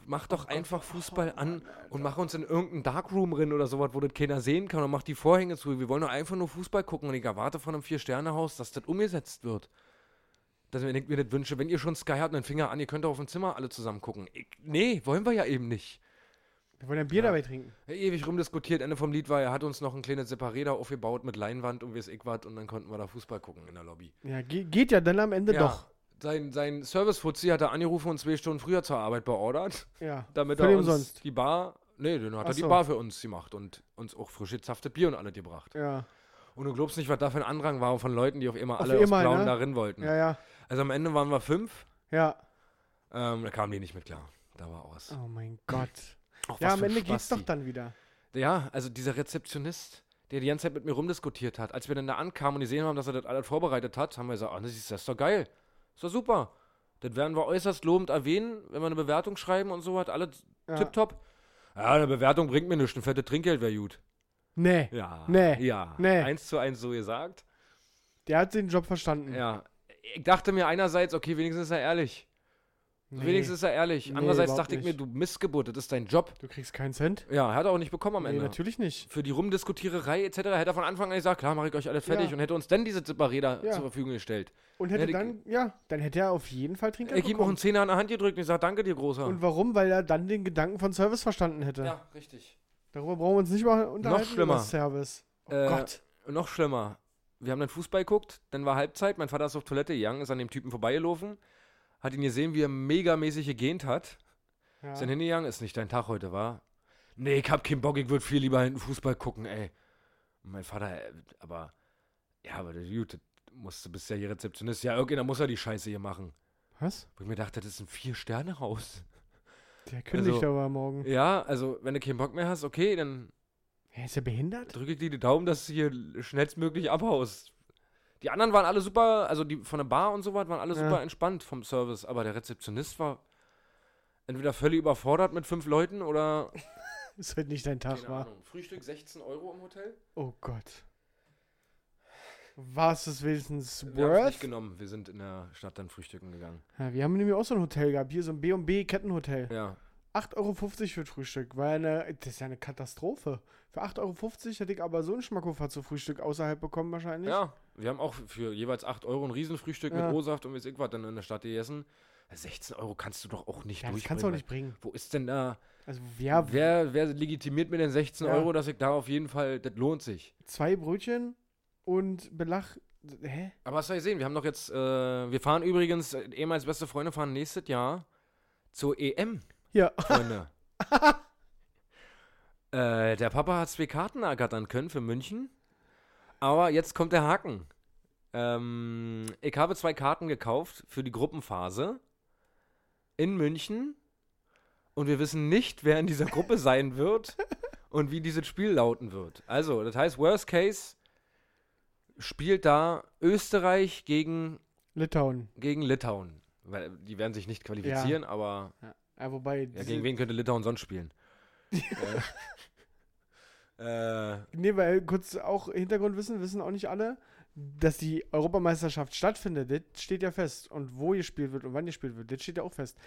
Mach doch einfach Fußball an und mach uns in irgendeinen Darkroom rein oder sowas, wo das keiner sehen kann und mach die Vorhänge zu. Wir wollen doch einfach nur Fußball gucken und ich erwarte von einem Vier-Sterne-Haus, dass das umgesetzt wird dass ich mir das wünsche, wenn ihr schon Sky habt, einen Finger an, ihr könnt doch auf dem Zimmer alle zusammen gucken. Ich, nee, wollen wir ja eben nicht.
Wir wollen ein Bier dabei trinken.
Ewig rumdiskutiert, Ende vom Lied war, er hat uns noch ein kleines Separé da aufgebaut mit Leinwand und wie es ich was und dann konnten wir da Fußball gucken in der Lobby.
Ja, ge geht ja dann am Ende doch.
Sein, sein Service-Fuzzi hat er angerufen und zwei Stunden früher zur Arbeit beordert,
Ja.
damit er
Völlig
uns
umsonst.
die Bar, nee, dann hat
Ach
er die
so.
Bar für uns gemacht und uns auch frisch gezapftes Bier und alles gebracht.
Ja.
Und du glaubst nicht, was da für ein Andrang war von Leuten, die auf immer
Auf
alle aus
immer,
Blauen
ne?
darin wollten.
Ja, ja.
Also am Ende waren wir fünf,
Ja.
ähm, da kamen die nicht mit klar. Da war aus.
Oh mein Gott.
Ach, Hm. was
Ja, am
für ein
Ende geht's
Spasti.
doch dann wieder.
Ja, also dieser Rezeptionist, der die ganze Zeit mit mir rumdiskutiert hat, als wir dann da ankamen und gesehen haben, dass er das alles vorbereitet hat, haben wir gesagt, ah, das ist das ist doch geil. Ist doch super. Das werden wir äußerst lobend erwähnen, wenn wir eine Bewertung schreiben und so hat, alles
Ja.
tipptopp. Ja, eine Bewertung bringt mir nichts, ein fettes Trinkgeld wäre gut.
Nee.
Ja.
Nee.
Ja.
Nee.
Eins zu eins so gesagt.
Der hat den Job verstanden.
Ja. Ich dachte mir einerseits, okay, wenigstens ist er ehrlich.
Nee.
Wenigstens ist er ehrlich.
Nee,
Andererseits
überhaupt
dachte ich mir,
nicht.
du Missgeburt, das ist dein Job.
Du kriegst keinen Cent?
Ja, hat er auch nicht bekommen am
Nee,
Ende.
natürlich nicht.
für die Rumdiskutiererei etc. hätte er von Anfang an gesagt, klar, mache ich euch alles fertig
Ja.
und hätte uns dann diese Zipperräder
Ja.
zur Verfügung gestellt.
Und hätte
Hätte-
dann, ja, dann hätte er auf jeden Fall
Er
Trinkgeld
gibt ihm auch einen
bekommen.
Zehner an der Hand gedrückt und ich sage, danke dir, Großer.
Und warum? Weil er dann den Gedanken von Service verstanden hätte.
ja, richtig.
Darüber brauchen wir uns nicht mal unterhalten.
schlimmer.
Über Service. Oh
Äh,
Gott.
Und noch schlimmer, wir haben dann Fußball geguckt, dann war Halbzeit, mein Vater ist auf Toilette gegangen, ist an dem Typen vorbeigelaufen, hat ihn gesehen, wie er megamäßig gegähnt hat.
Ja.
Ist dann hingegangen, ist nicht dein Tag heute, war? Nee, ich hab keinen Bock, ich würde viel lieber hinten Fußball gucken, ey. Und mein Vater, äh, aber, ja, aber das- gut, das musst, du bist ja hier Rezeptionist. Ja, irgendeiner muss ja die Scheiße hier machen.
Was?
Wo ich mir dachte, das ist ein Vier-Sterne-Haus.
Der kündigt
Also-
aber morgen.
Ja, also, wenn du keinen Bock mehr hast, okay, dann
Hä, ist er behindert?
drücke ich dir die Daumen, dass du hier schnellstmöglich abhaust. Die anderen waren alle super, also die von der Bar und so was waren alle
Ja.
super entspannt vom Service, aber der Rezeptionist war entweder völlig überfordert mit fünf Leuten oder
Ist heute nicht dein Tag, war.
Ahnung, Frühstück 16 Euro im Hotel?
Oh Gott. War es das wenigstens
Wir haben es nicht
worth?
genommen, wir sind in der Stadt dann frühstücken gegangen.
ja, wir haben nämlich auch so ein Hotel gehabt. Hier so ein B&B-Kettenhotel.
Ja,
8,50 Euro für Frühstück. War eine, das ist ja eine Katastrophe. Für 8,50 Euro hätte ich aber so einen Schmackofatz zu Frühstück außerhalb bekommen wahrscheinlich.
ja, wir haben auch für jeweils 8 Euro ein Riesenfrühstück
Ja.
mit O-Saft und wie ich was dann in der Stadt gegessen. 16 Euro kannst du doch auch nicht
Ja, das
durchbringen.
kannst du auch nicht bringen.
Wo ist denn da?
Also ja,
Wer, wer legitimiert mir denn 16
Ja.
Euro, dass ich da auf jeden Fall, das lohnt sich.
zwei Brötchen und Belach. Hä?
Aber hast du ja gesehen, wir haben doch jetzt, äh, wir fahren übrigens, äh, ehemals beste Freunde fahren nächstes Jahr zur E EM,
Ja.
Freunde. äh, der Papa hat zwei Karten ergattern können für München, aber jetzt kommt der Haken. Ähm, ich habe zwei Karten gekauft für die Gruppenphase in München und wir wissen nicht, wer in dieser Gruppe sein wird und wie dieses Spiel lauten wird. Also, das heißt, Worst Case spielt da Österreich gegen,
Litauen.
gegen Litauen. Weil die werden sich nicht qualifizieren, aber
Ja, wobei.
ja,
diese-
gegen wen könnte Litauen sonst spielen? äh, äh,
Nee, weil kurz auch Hintergrundwissen wissen auch nicht alle, dass die Europameisterschaft stattfindet. Das steht ja fest. Und wo gespielt wird und wann gespielt wird, das steht ja auch fest.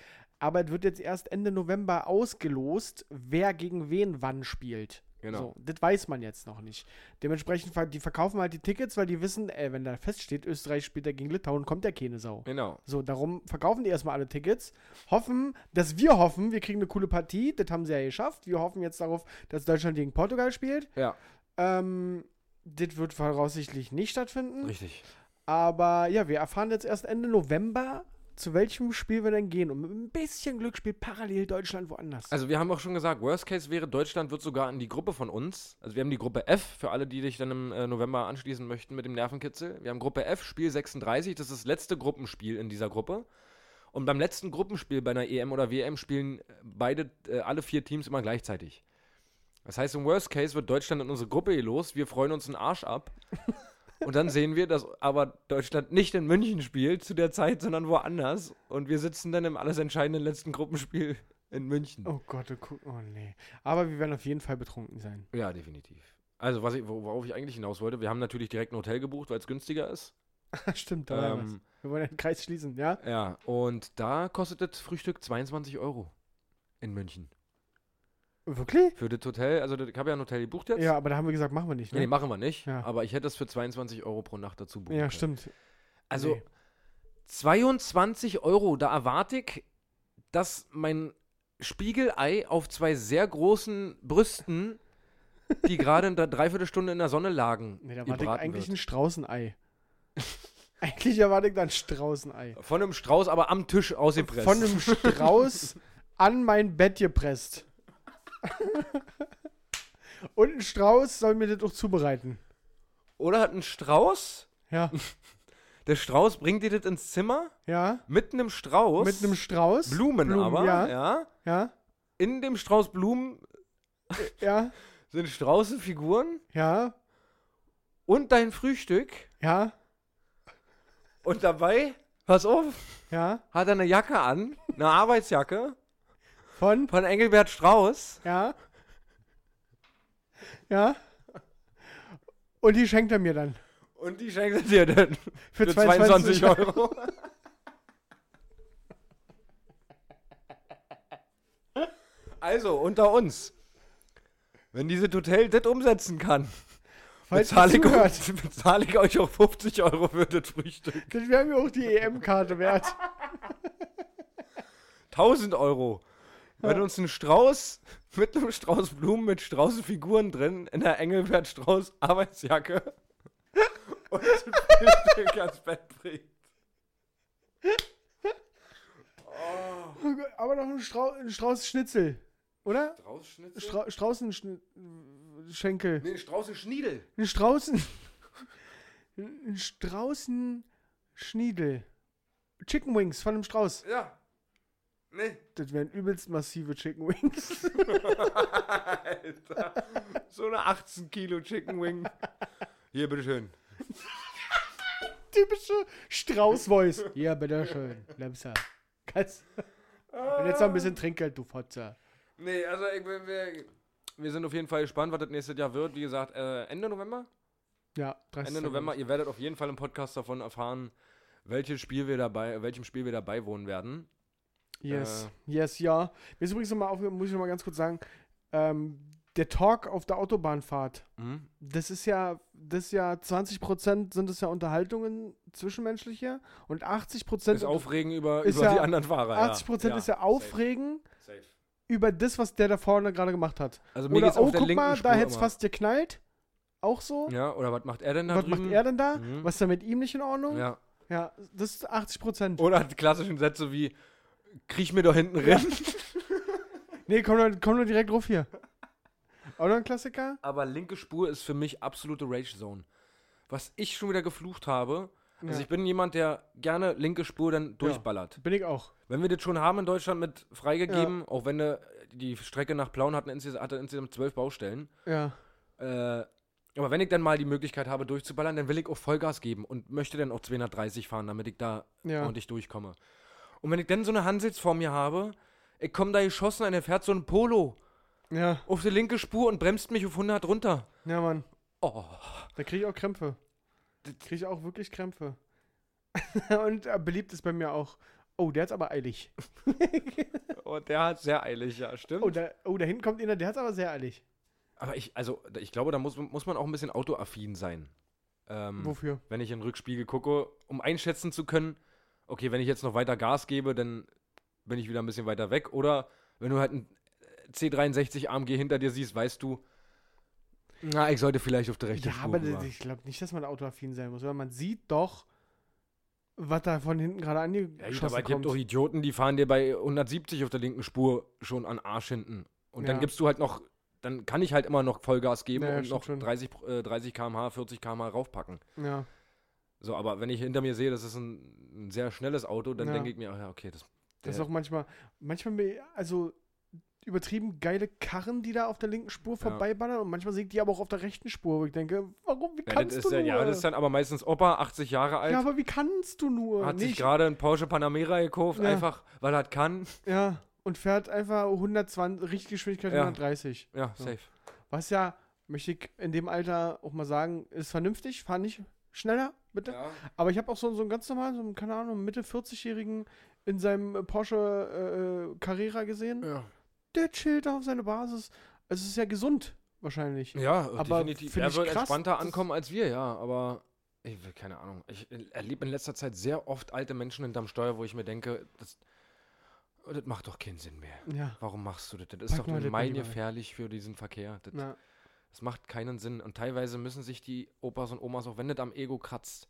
Aber es wird jetzt erst Ende November ausgelost, wer gegen wen wann spielt.
genau.
So, das weiß man jetzt noch nicht. Dementsprechend, ver- die verkaufen halt die Tickets, weil die wissen, ey, wenn da feststeht, Österreich spielt ja gegen Litauen, kommt ja keine Sau.
Genau.
So, darum verkaufen die erstmal alle Tickets, hoffen, dass wir hoffen, wir kriegen eine coole Partie, das haben sie ja geschafft. Wir hoffen jetzt darauf, dass Deutschland gegen Portugal spielt.
Ja,
Ähm, das wird voraussichtlich nicht stattfinden.
richtig.
Aber ja, wir erfahren jetzt erst Ende November, zu welchem Spiel wir denn gehen. Und mit ein bisschen Glück spielt parallel Deutschland woanders.
Also wir haben auch schon gesagt, Worst Case wäre, Deutschland wird sogar in die Gruppe von uns. Also wir haben die Gruppe F, für alle, die dich dann im äh, November anschließen möchten mit dem Nervenkitzel. Wir haben Gruppe F, Spiel 36, das ist das letzte Gruppenspiel in dieser Gruppe. Und beim letzten Gruppenspiel bei einer EM oder WM spielen beide, äh, alle vier Teams immer gleichzeitig. Das heißt, im Worst Case wird Deutschland in unsere Gruppe los, wir freuen uns einen Arsch ab. Und dann sehen wir, dass aber Deutschland nicht in München spielt zu der Zeit, sondern woanders. Und wir sitzen dann im alles entscheidenden letzten Gruppenspiel in München.
oh Gott, oh, gu- oh nee. Aber wir werden auf jeden Fall betrunken sein.
Ja, definitiv. Also, was ich, wo- worauf ich eigentlich hinaus wollte, wir haben natürlich direkt ein Hotel gebucht, weil es günstiger ist.
Stimmt, da war was.
Ähm,
wir wollen den Kreis schließen, ja?
ja, und da kostet das Frühstück 22 Euro in München.
Wirklich?
Für das Hotel, also das- ich habe ja ein Hotel gebucht jetzt.
Ja, aber da haben wir gesagt, machen wir nicht,
Nee,
ne?
machen wir nicht.
Ja.
Aber ich hätte es für 22 Euro pro Nacht dazu buchen
ja,
können.
stimmt.
Also,
Nee.
22 Euro, da erwarte ich, dass mein Spiegelei auf zwei sehr großen Brüsten, die gerade in der Dreiviertelstunde in der Sonne lagen,
Nee, da warte ich
gebraten
eigentlich
wird.
ein Straußenei. eigentlich erwarte ich dann Straußenei.
Von einem Strauß, aber am Tisch ausgepresst.
Von einem Strauß an mein Bett gepresst. Und ein Strauß soll mir das auch zubereiten.
Oder hat ein Strauß?
Ja,
Der Strauß bringt dir das ins Zimmer
ja.
mit einem Strauß.
Mit einem Strauß.
Blumen, aber.
Ja,
Ja.
ja. ja,
In dem Strauß Blumen
ja,
sind Straußenfiguren
ja,
und dein Frühstück.
ja,
Und dabei, pass auf, hat er eine Jacke an, eine Arbeitsjacke
Von,
von Engelbert Strauß.
ja, ja. Und die schenkt er mir dann.
Und die schenkt er dir dann
Für,
für 22
Euro.
Euro. Also, unter uns. Wenn diese Hotel das umsetzen kann,
Falls ihr
bezahle ich,
zuhört,
euch, bezahle ich euch auch 50 Euro für das Frühstück.
das wäre mir auch die EM-Karte wert.
1000 Euro. Wenn uns ein Strauß mit einem Strauß Blumen mit Straußenfiguren drin in der Engelbert Strauß Arbeitsjacke und den Fischtank ans Bett bringt.
Oh Gott, Aber noch ein, Strau ein Strauß Schnitzel, oder?
Straußschnitzel?
Stra Straußenschenkel.
nee, Straußenschniedel.
Ein Straußen. Ein Straußenschniedel. Chicken Wings von einem Strauß.
Ja. Nee.
Das wären übelst massive Chicken Wings.
Alter. So eine 18 Kilo Chicken Wing. Hier, bitteschön.
Typische Strauß-Voice. Ja, bitteschön. Nimm's ja. Kannst.
Ah.
Und jetzt noch ein bisschen Trinkgeld, du Fotzer.
Nee, also ich, wir, wir, wir sind auf jeden Fall gespannt, was das nächste Jahr wird. Wie gesagt, äh, Ende November.
Ja, 30
Ende November. Ihr werdet auf jeden Fall im Podcast davon erfahren, welches Spiel wir dabei, welchem Spiel wir dabei wohnen werden.
Yes,
Äh.
yes, ja. Mir ist übrigens nochmal auf, muss ich nochmal ganz kurz sagen, ähm, der Talk auf der Autobahnfahrt,
Mhm.
das ist ja, das ist ja 20% sind es ja Unterhaltungen zwischenmenschliche und 80%
Ist Aufregen über,
Ist
über
ja-
die anderen Fahrer.
80%
ja.
ist ja Aufregen
Safe, safe.
über das, was der da vorne gerade gemacht hat.
Also mir geht's
Oder,
auf
oh,
der
guck
linken
mal,
Spur
da hätte es
immer.
fast geknallt. Auch so.
Ja, oder was macht er denn da
Was
drüben?
macht er denn da?
Mhm.
Was ist da mit ihm nicht in Ordnung?
Ja.
Ja, das ist 80%.
Oder die klassischen Sätze wie, kriech mir doch hinten rein.
Nee, komm nur, komm nur direkt ruf hier. Auch noch ein Klassiker?
Aber linke Spur ist für mich absolute Rage Zone. Was ich schon wieder geflucht habe, also
Ja.
ich bin jemand, der gerne linke Spur dann durchballert.
Bin ich auch.
Wenn wir das schon haben in Deutschland mit freigegeben, auch wenn äh, die Strecke nach Plauen hat, insges hatte insgesamt zwölf Baustellen.
Ja.
Äh, aber wenn ich dann mal die Möglichkeit habe, durchzuballern, dann will ich auch Vollgas geben und möchte dann auch 230 fahren, damit ich da
Ja.
ordentlich durchkomme. Und wenn ich dann so eine Hansels vor mir habe, ich komme da geschossen und er fährt so ein Polo
Ja,
auf die linke Spur und bremst mich auf 100 runter.
ja, Mann.
Oh.
Da kriege ich auch Krämpfe. Da kriege ich auch wirklich Krämpfe. Und äh, beliebt ist bei mir auch. Oh, der hat's aber eilig.
Und Oh, der hat sehr eilig, ja, stimmt.
Oh, da, oh, da hinten kommt einer, der hat's aber sehr eilig.
aber ich, also, ich glaube, da muss, muss man auch ein bisschen autoaffin sein. Ähm,
Wofür?
wenn ich in den Rückspiegel gucke, um einschätzen zu können, okay, wenn ich jetzt noch weiter Gas gebe, dann bin ich wieder ein bisschen weiter weg. Oder wenn du halt ein C63 AMG hinter dir siehst, weißt du, na, ich sollte vielleicht auf die rechte
Ja,
Spur
aber
rüber.
das- ich glaube nicht, dass man autoaffin sein muss, weil man sieht doch, was da von hinten gerade
Ja, gut, aber
angeschossen
es gibt doch
kommt.
Idioten, die fahren dir bei 170 auf der linken Spur schon an Arsch hinten. Und dann
Ja.
gibst du halt noch, dann kann ich halt immer noch Vollgas geben
Naja,
und
stimmt
noch
schon.
30, pro- äh, 30 km/h, 40 km/h raufpacken.
Ja.
So, aber wenn ich hinter mir sehe, das ist ein, ein sehr schnelles Auto, dann
Ja.
denke ich mir, ach ja, okay, das
Das ist
Der-
auch manchmal, manchmal, mir- also übertrieben geile Karren, die da auf der linken Spur vorbeiballern und manchmal sieht die aber auch auf der rechten Spur, wo ich denke, warum, wie
Ja,
kannst
das ist
du
ja,
nur?
ja, das ist dann aber meistens Opa, 80 Jahre alt,
Ja, aber wie kannst du nur?
hat sich
Nicht-
gerade einen Porsche Panamera gekauft,
Ja.
einfach weil er das kann.
Ja, und fährt einfach 120, Richtgeschwindigkeit
Ja.
130.
Ja, safe.
Was ja, möchte ich in dem Alter auch mal sagen, ist vernünftig, fahr nicht schneller, bitte.
Ja.
Aber ich habe auch so, so einen ganz normalen, so einen, keine Ahnung, Mitte 40-Jährigen in seinem äh, Porsche äh, Carrera gesehen.
Ja,
Der chillt auf seine Basis. Also, Es ist ja gesund, wahrscheinlich. Aber
äh, definitiv.
find
Er
ich
wird
krass,
entspannter
dass-
ankommen als wir, ja, aber ich will keine Ahnung. Ich erlebe in letzter Zeit sehr oft alte Menschen hinterm Steuer, wo ich mir denke, das, das macht doch keinen Sinn mehr.
Ja.
Warum machst du das? Das ist
Pack mal
doch
das
mein
lieber weg.
gefährlich für diesen Verkehr. Das,
Na,
das macht keinen Sinn. Und teilweise müssen sich die Opas und Omas, auch wenn das am Ego kratzt,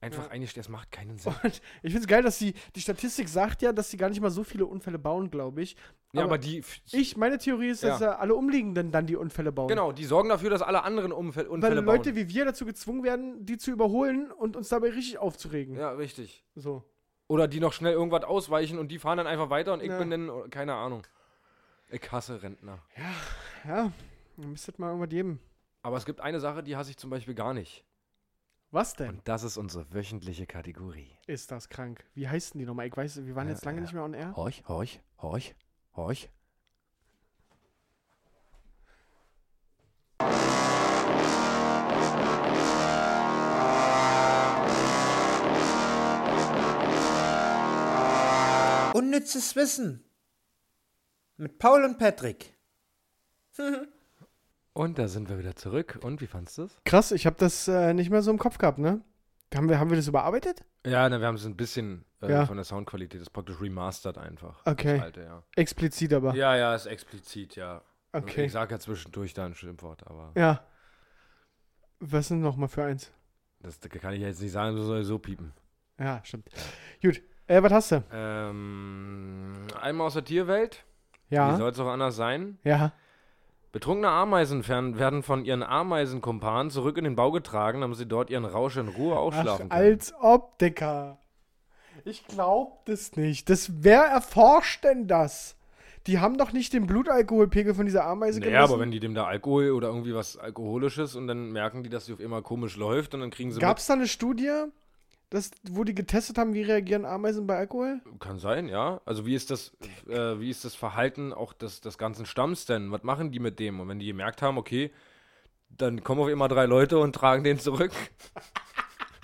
einfach
Ja.
eingestellt. Das macht keinen Sinn.
und ich finde es geil, dass die, die Statistik sagt ja, dass sie gar nicht mal so viele Unfälle bauen, glaube ich.
Ja,
aber
aber die
Ich, meine Theorie ist, dass
Ja.
ja alle Umliegenden dann die Unfälle bauen.
Genau, die sorgen dafür, dass alle anderen Umfälle,
Weil
Unfälle
Leute
bauen.
wie wir dazu gezwungen werden, die zu überholen und uns dabei richtig aufzuregen.
Ja, richtig.
So.
Oder die noch schnell irgendwas ausweichen und die fahren dann einfach weiter und ich
Ja.
bin dann, oder- keine Ahnung. Ich hasse Rentner.
Ja, dann müsste mal irgendwas geben.
Aber es gibt eine Sache, die hasse ich zum Beispiel gar nicht.
Was denn?
Und das ist unsere wöchentliche Kategorie.
Ist das krank? Wie heißen die nochmal? Ich weiß, wir waren
Ja,
jetzt lange
ja.
nicht mehr on air.
Horch, horch, horch, horch.
Unnützes Wissen. Mit Paul und Patrick.
Und da sind wir wieder zurück. Und wie fandst du es?
Krass, ich habe das äh, nicht mehr so im Kopf gehabt, ne? Haben wir, haben wir das überarbeitet?
Ja, na, wir haben es ein bisschen äh,
Ja.
von der Soundqualität. Das ist praktisch remastered einfach.
Okay.
Das alte, ja.
Explizit aber.
ja, also ja, ist explizit, ja.
okay.
Ich sage ja zwischendurch da ein Schimpfwort, aber.
Ja. Was denn nochmal für eins?
Das kann ich jetzt nicht sagen, das soll so piepen.
Ja, stimmt. Gut. Äh, was hast du?
Ähm, einmal aus der Tierwelt. Wie
Ja.
soll es auch anders sein?
Ja.
Betrunkene Ameisen fern- werden von ihren Ameisenkumpanen zurück in den Bau getragen, damit sie dort ihren Rausch in Ruhe
Ach, also
ausschlafen können.
als ob, Dicker. Ich glaub das nicht. Das, wer erforscht denn das? Die haben doch nicht den Blutalkoholpegel von dieser Ameise
Naja, aber wenn die dem da Alkohol oder irgendwie was Alkoholisches und dann merken die, dass sie auf immer komisch läuft und dann kriegen sie
Gab es da eine Studie, dass, wo die getestet haben, wie reagieren Ameisen bei Alkohol?
mit. Kann sein, ja. Also wie ist das, äh, wie ist das Verhalten auch des, des ganzen Stamms denn? Was machen die mit dem? Und wenn die gemerkt haben, okay, dann kommen auf immer drei Leute und tragen den zurück.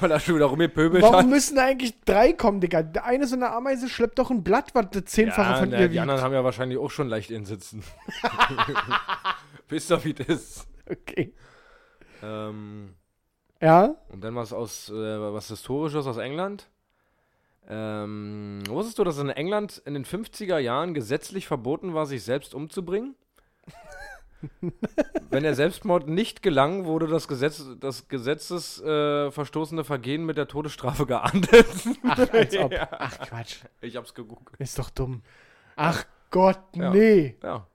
Weil er schon wieder rumgepöbelt
Warum
hat.
müssen da eigentlich drei kommen, Digga? Der Eine so eine Ameise schleppt doch ein Blatt, was das Zehnfache
Ja,
von
na,
ihr
die
wiegt.
anderen haben ja wahrscheinlich auch schon leicht in Sitzen. Wisst ihr, wie das ist?
Okay.
Ähm,
Ja?
und dann was aus äh, was Historisches aus England. Ähm, wusstest du, dass in England in den 50er Jahren gesetzlich verboten war, sich selbst umzubringen? Wenn der Selbstmord nicht gelang, wurde das, Gesetz, das gesetzesverstoßene äh, verstoßene Vergehen mit der Todesstrafe geahndet.
Ach, als ob. Ach, Quatsch.
Ich hab's gegoogelt.
Ist doch dumm. Ach Gott,
Ja.
nee.
Ja.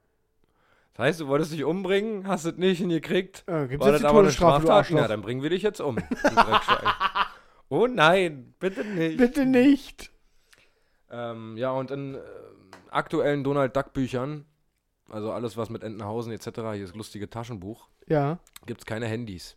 Das heißt, du wolltest dich umbringen, hast es nicht hingekriegt.
Äh,
War das
gibt's jetzt die
aber eine
Todesstrafe, du
Straftat?
Arschloch?
Na, dann bringen wir dich jetzt um. du Dreckschwein. oh nein, bitte nicht.
Bitte nicht.
Ähm, ja, und in äh, aktuellen Donald Duck Büchern, also alles was mit Entenhausen etc., hier ist lustige Taschenbuch,
Ja.
gibt es keine Handys.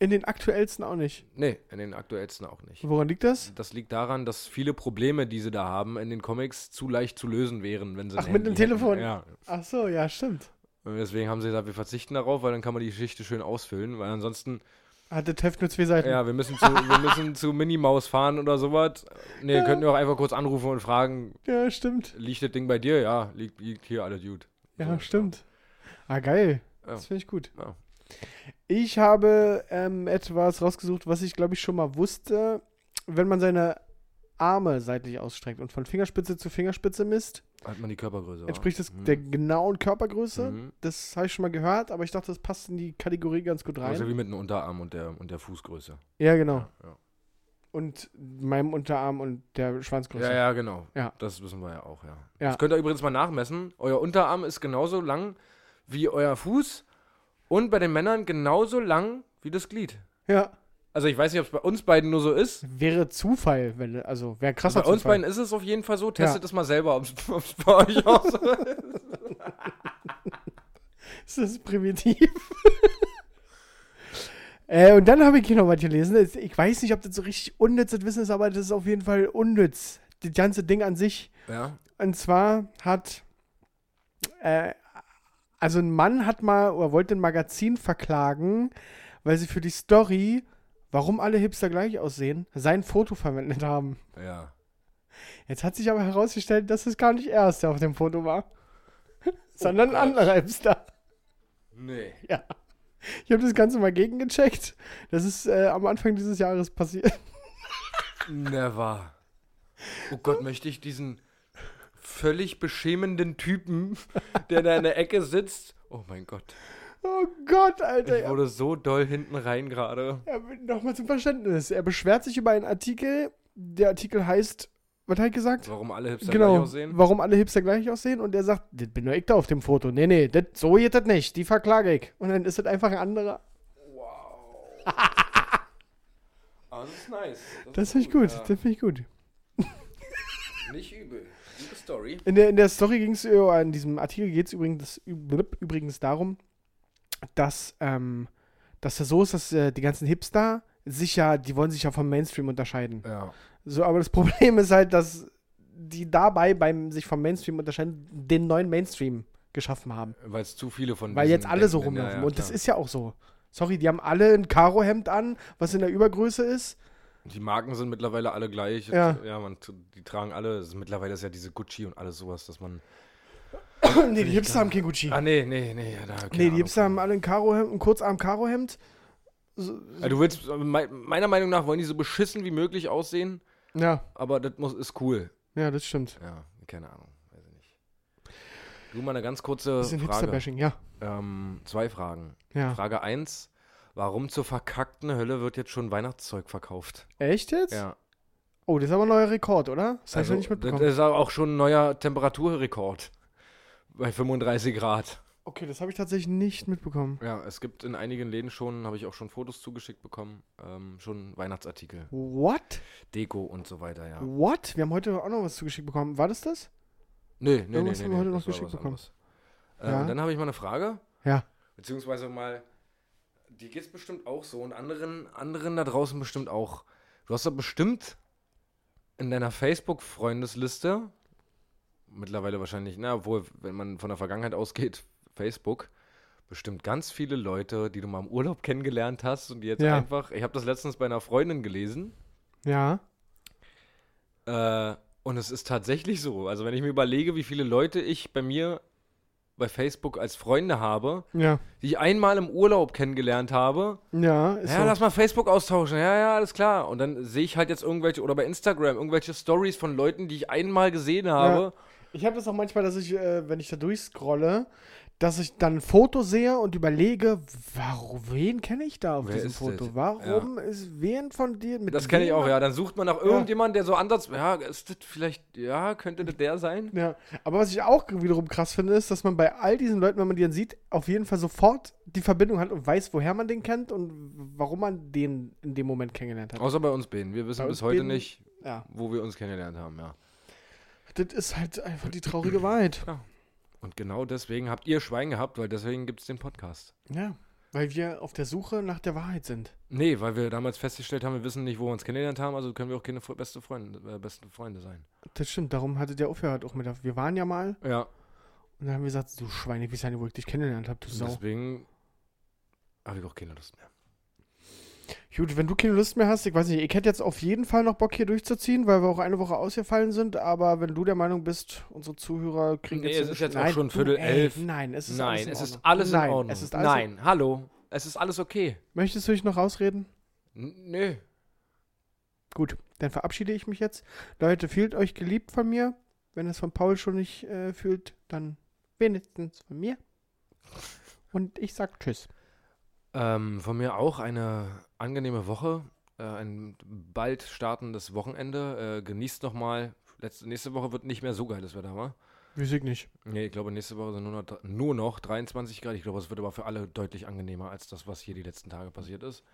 In den aktuellsten auch nicht.
Nee, in den aktuellsten auch nicht.
Woran liegt das?
Das liegt daran, dass viele Probleme, die sie da haben, in den Comics zu leicht zu lösen wären, wenn sie ein
Ach, mit
Handy
dem Telefon.
Hätten. Ja.
Ach so, ja, stimmt.
Und deswegen haben sie gesagt, wir verzichten darauf, weil dann kann man die Geschichte schön ausfüllen, weil ansonsten
Hat das Heft nur zwei Seiten.
Ja, wir müssen zu, wir müssen zu Minimaus fahren oder sowas. Nee, könnten wir auch einfach kurz anrufen und fragen,
Ja, stimmt.
liegt das Ding bei dir? Ja, liegt, liegt hier alle Dude.
Ja,
So,
stimmt. Ah, geil.
Ja.
Das finde ich gut.
Ja.
Ich habe ähm, etwas rausgesucht, was ich glaube ich schon mal wusste. Wenn man seine Arme seitlich ausstreckt und von Fingerspitze zu Fingerspitze misst,
Hat man Halt die Körpergröße. wa?
entspricht das
Mhm.
der genauen Körpergröße.
Mhm.
Das habe ich schon mal gehört, aber ich dachte, das passt in die Kategorie ganz gut rein.
Also wie mit dem Unterarm und der, und der Fußgröße.
ja, genau.
Ja,
Und meinem Unterarm und der
ja.
Schwanzgröße.
ja, ja, genau.
Ja.
Das wissen wir ja auch, ja.
Ja.
Das könnt ihr übrigens mal nachmessen. Euer Unterarm ist genauso lang wie euer Fuß und bei den Männern genauso lang wie das Glied.
ja.
Also ich weiß nicht, ob es bei uns beiden nur so ist.
Wäre Zufall, wenn, also wäre krasser
Bei uns
Zufall.
beiden ist es auf jeden Fall so. Testet
Ja.
es mal selber, ob es bei euch auch so ist.
Das ist primitiv. äh, und dann habe ich hier noch was gelesen. Es- Ich weiß nicht, ob das so richtig unnützes Wissen ist, aber das ist auf jeden Fall unnütz. Das ganze Ding an sich.
Ja.
Und zwar hat. Äh, also ein Mann hat mal oder wollte ein Magazin verklagen, weil sie für die Story, warum alle Hipster gleich aussehen, sein Foto verwendet haben.
Ja.
Jetzt hat sich aber herausgestellt, dass es gar nicht er ist, der auf dem Foto war. sondern ein
Oh
anderer Hipster.
Nee.
Ja. Ich habe das Ganze mal gegengecheckt. Das ist äh, am Anfang dieses Jahres passiert.
Never. Oh Gott, möchte ich diesen völlig beschämenden Typen, der da in der Ecke sitzt. Oh mein Gott.
Oh Gott, Alter.
Ich wurde so doll hinten rein gerade.
Ja, Nochmal zum Verständnis. Er beschwert sich über einen Artikel. Der Artikel heißt, was hat ich gesagt?
Warum alle Hipster gleich
Genau,
aussehen?
warum alle Hipster gleich aussehen. Und er sagt, das bin nur ich da auf dem Foto. Nee, nee, das, so geht das nicht. Die verklage ich. Und dann ist das einfach ein anderer.
Ah, das ist nice.
Das finde ich gut.
ja.
Das finde ich gut.
Nicht übel. Liebe Story.
In der, in der Story ging es, in diesem Artikel geht es übrigens, üb- übrigens darum, dass, ähm, dass das so ist, dass äh, die ganzen Hipster sich ja, die wollen sich ja vom Mainstream unterscheiden.
Ja.
So, aber das Problem ist halt, dass die dabei beim sich vom Mainstream unterscheiden, den neuen Mainstream geschaffen haben.
Weil es zu viele von
Weil
diesen
jetzt alle so
Denken-
rumlaufen.
Ja, ja,
Und das
klar.
ist ja auch so. Sorry, die haben alle ein Karohemd an, was in der Übergröße ist.
Die Marken sind mittlerweile alle gleich.
Ja.
ja man, die tragen alle. es ist- Mittlerweile ist ja diese Gucci und alles sowas, dass man.
nee, die Hipster haben kein Gucci.
Ah, nee, nee, nee. Da, keine
nee, die
Ahnung.
Hipster haben alle ein Karohemd, ein Kurzarm-Karohemd.
Also du willst, mei- meiner Meinung nach wollen die so beschissen wie möglich aussehen,
Ja,
aber das muss, ist cool.
ja, das stimmt.
Ja, keine Ahnung, weiß ich nicht. Du, mal eine ganz kurze
Bisschen
Frage.
Hipster-Bashing, ja.
Ähm, zwei Fragen.
Ja.
Frage 1, Warum zur verkackten Hölle wird jetzt schon Weihnachtszeug verkauft?
Echt jetzt?
Ja. also
Oh, das ist aber ein neuer Rekord, oder? Das hast du nicht
das
mitbekommen.
ist aber auch schon ein neuer Temperaturrekord. Bei 35 Grad.
okay, das habe ich tatsächlich nicht mitbekommen.
Ja, es gibt in einigen Läden schon, habe ich auch schon Fotos zugeschickt bekommen, ähm, schon Weihnachtsartikel,
What?
Deko und so weiter, ja.
What? Wir haben heute auch noch was zugeschickt bekommen. War das das?
Nee, nee, nee,
Irgendwas
nee,
haben wir heute
nee
noch
das war
geschickt
was
bekommen.
anderes. Ähm,
Ja.
Dann habe ich mal eine Frage,
Ja.
beziehungsweise mal, die geht's bestimmt auch so und anderen, anderen da draußen bestimmt auch. Du hast doch bestimmt in deiner Facebook-Freundesliste, mittlerweile wahrscheinlich, na, obwohl, wenn man von der Vergangenheit ausgeht, Facebook, bestimmt ganz viele Leute, die du mal im Urlaub kennengelernt hast und die jetzt
Ja.
einfach, ich habe das letztens bei einer Freundin gelesen,
Ja.
äh, und es ist tatsächlich so. Also, wenn ich mir überlege, wie viele Leute ich bei mir bei Facebook als Freunde habe,
Ja.
die ich einmal im Urlaub kennengelernt habe,
Ja, ist
ja,
so.
lass mal Facebook austauschen, ja, ja, alles klar. Und dann sehe ich halt jetzt irgendwelche, oder bei Instagram, irgendwelche Stories von Leuten, die ich einmal gesehen habe.
Ich habe das auch manchmal, dass ich, äh, wenn ich da durchscrolle, dass ich dann ein Foto sehe und überlege, warum, wen kenne ich da auf
Wer
diesem
ist
Foto?
das?
Warum ist wen von dir mit
Das kenne ich
wem
auch,
hab-
ja. Dann sucht man nach irgendjemand, der so Ansatz, ja, ist das vielleicht, ja, könnte das der sein?
Ja, aber was ich auch wiederum krass finde, ist, dass man bei all diesen Leuten, wenn man die dann sieht, auf jeden Fall sofort die Verbindung hat und weiß, woher man den kennt und warum man den in dem Moment kennengelernt hat.
Außer bei uns beiden. Wir wissen
Bei
bis
uns
heute
beiden-
nicht,
Ja,
wo wir uns kennengelernt haben, ja.
das ist halt einfach die traurige Wahrheit.
Und genau deswegen habt ihr Schwein gehabt, weil deswegen gibt es den Podcast.
Ja, weil wir auf der Suche nach der Wahrheit sind.
Nee, weil wir damals festgestellt haben, wir wissen nicht, wo wir uns kennengelernt haben, also können wir auch keine fr- beste Freunde, äh, besten Freunde sein.
Das stimmt, darum hattet ihr aufgehört auch mit. der- Wir waren ja mal
Ja,
und dann haben wir gesagt, du Schweine, ich weiß ja nicht, wo ich dich kennengelernt habe, du
und
Sau.
deswegen habe ich auch keine Lust mehr.
Gut, wenn du keine Lust mehr hast, ich weiß nicht, ich hätte jetzt auf jeden Fall noch Bock hier durchzuziehen, weil wir auch eine Woche ausgefallen sind, aber wenn du der Meinung bist, unsere Zuhörer kriegen
Nee,
jetzt...
es ist jetzt auch
nein,
schon
du,
Viertel
ey,
elf.
Nein, es ist alles
Nein,
in
es ist
Ordnung.
alles in
nein,
Ordnung.
Es ist alles In,
Nein, hallo, es ist alles okay.
möchtest du dich noch ausreden?
N nö.
Gut, dann verabschiede ich mich jetzt. Leute, fühlt euch geliebt von mir. Wenn es von Paul schon nicht äh, fühlt, dann wenigstens von mir. Und ich sag Tschüss.
Ähm, von mir auch eine angenehme Woche, äh, ein bald startendes Wochenende. Äh, genießt nochmal. Letzte, nächste Woche wird nicht mehr so geiles Wetter, wa?
Wüsste ich nicht.
Nee, ich glaube, nächste Woche sind nur noch, dr- nur noch 23 Grad. Ich glaube, es wird aber für alle deutlich angenehmer als das, was hier die letzten Tage passiert ist.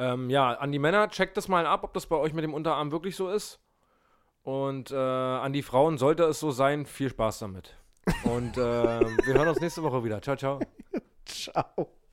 Ähm, ja, an die Männer, checkt das mal ab, ob das bei euch mit dem Unterarm wirklich so ist. Und äh, an die Frauen sollte es so sein. Viel Spaß damit. Und äh, wir hören uns nächste Woche wieder. Ciao, ciao.
Ciao.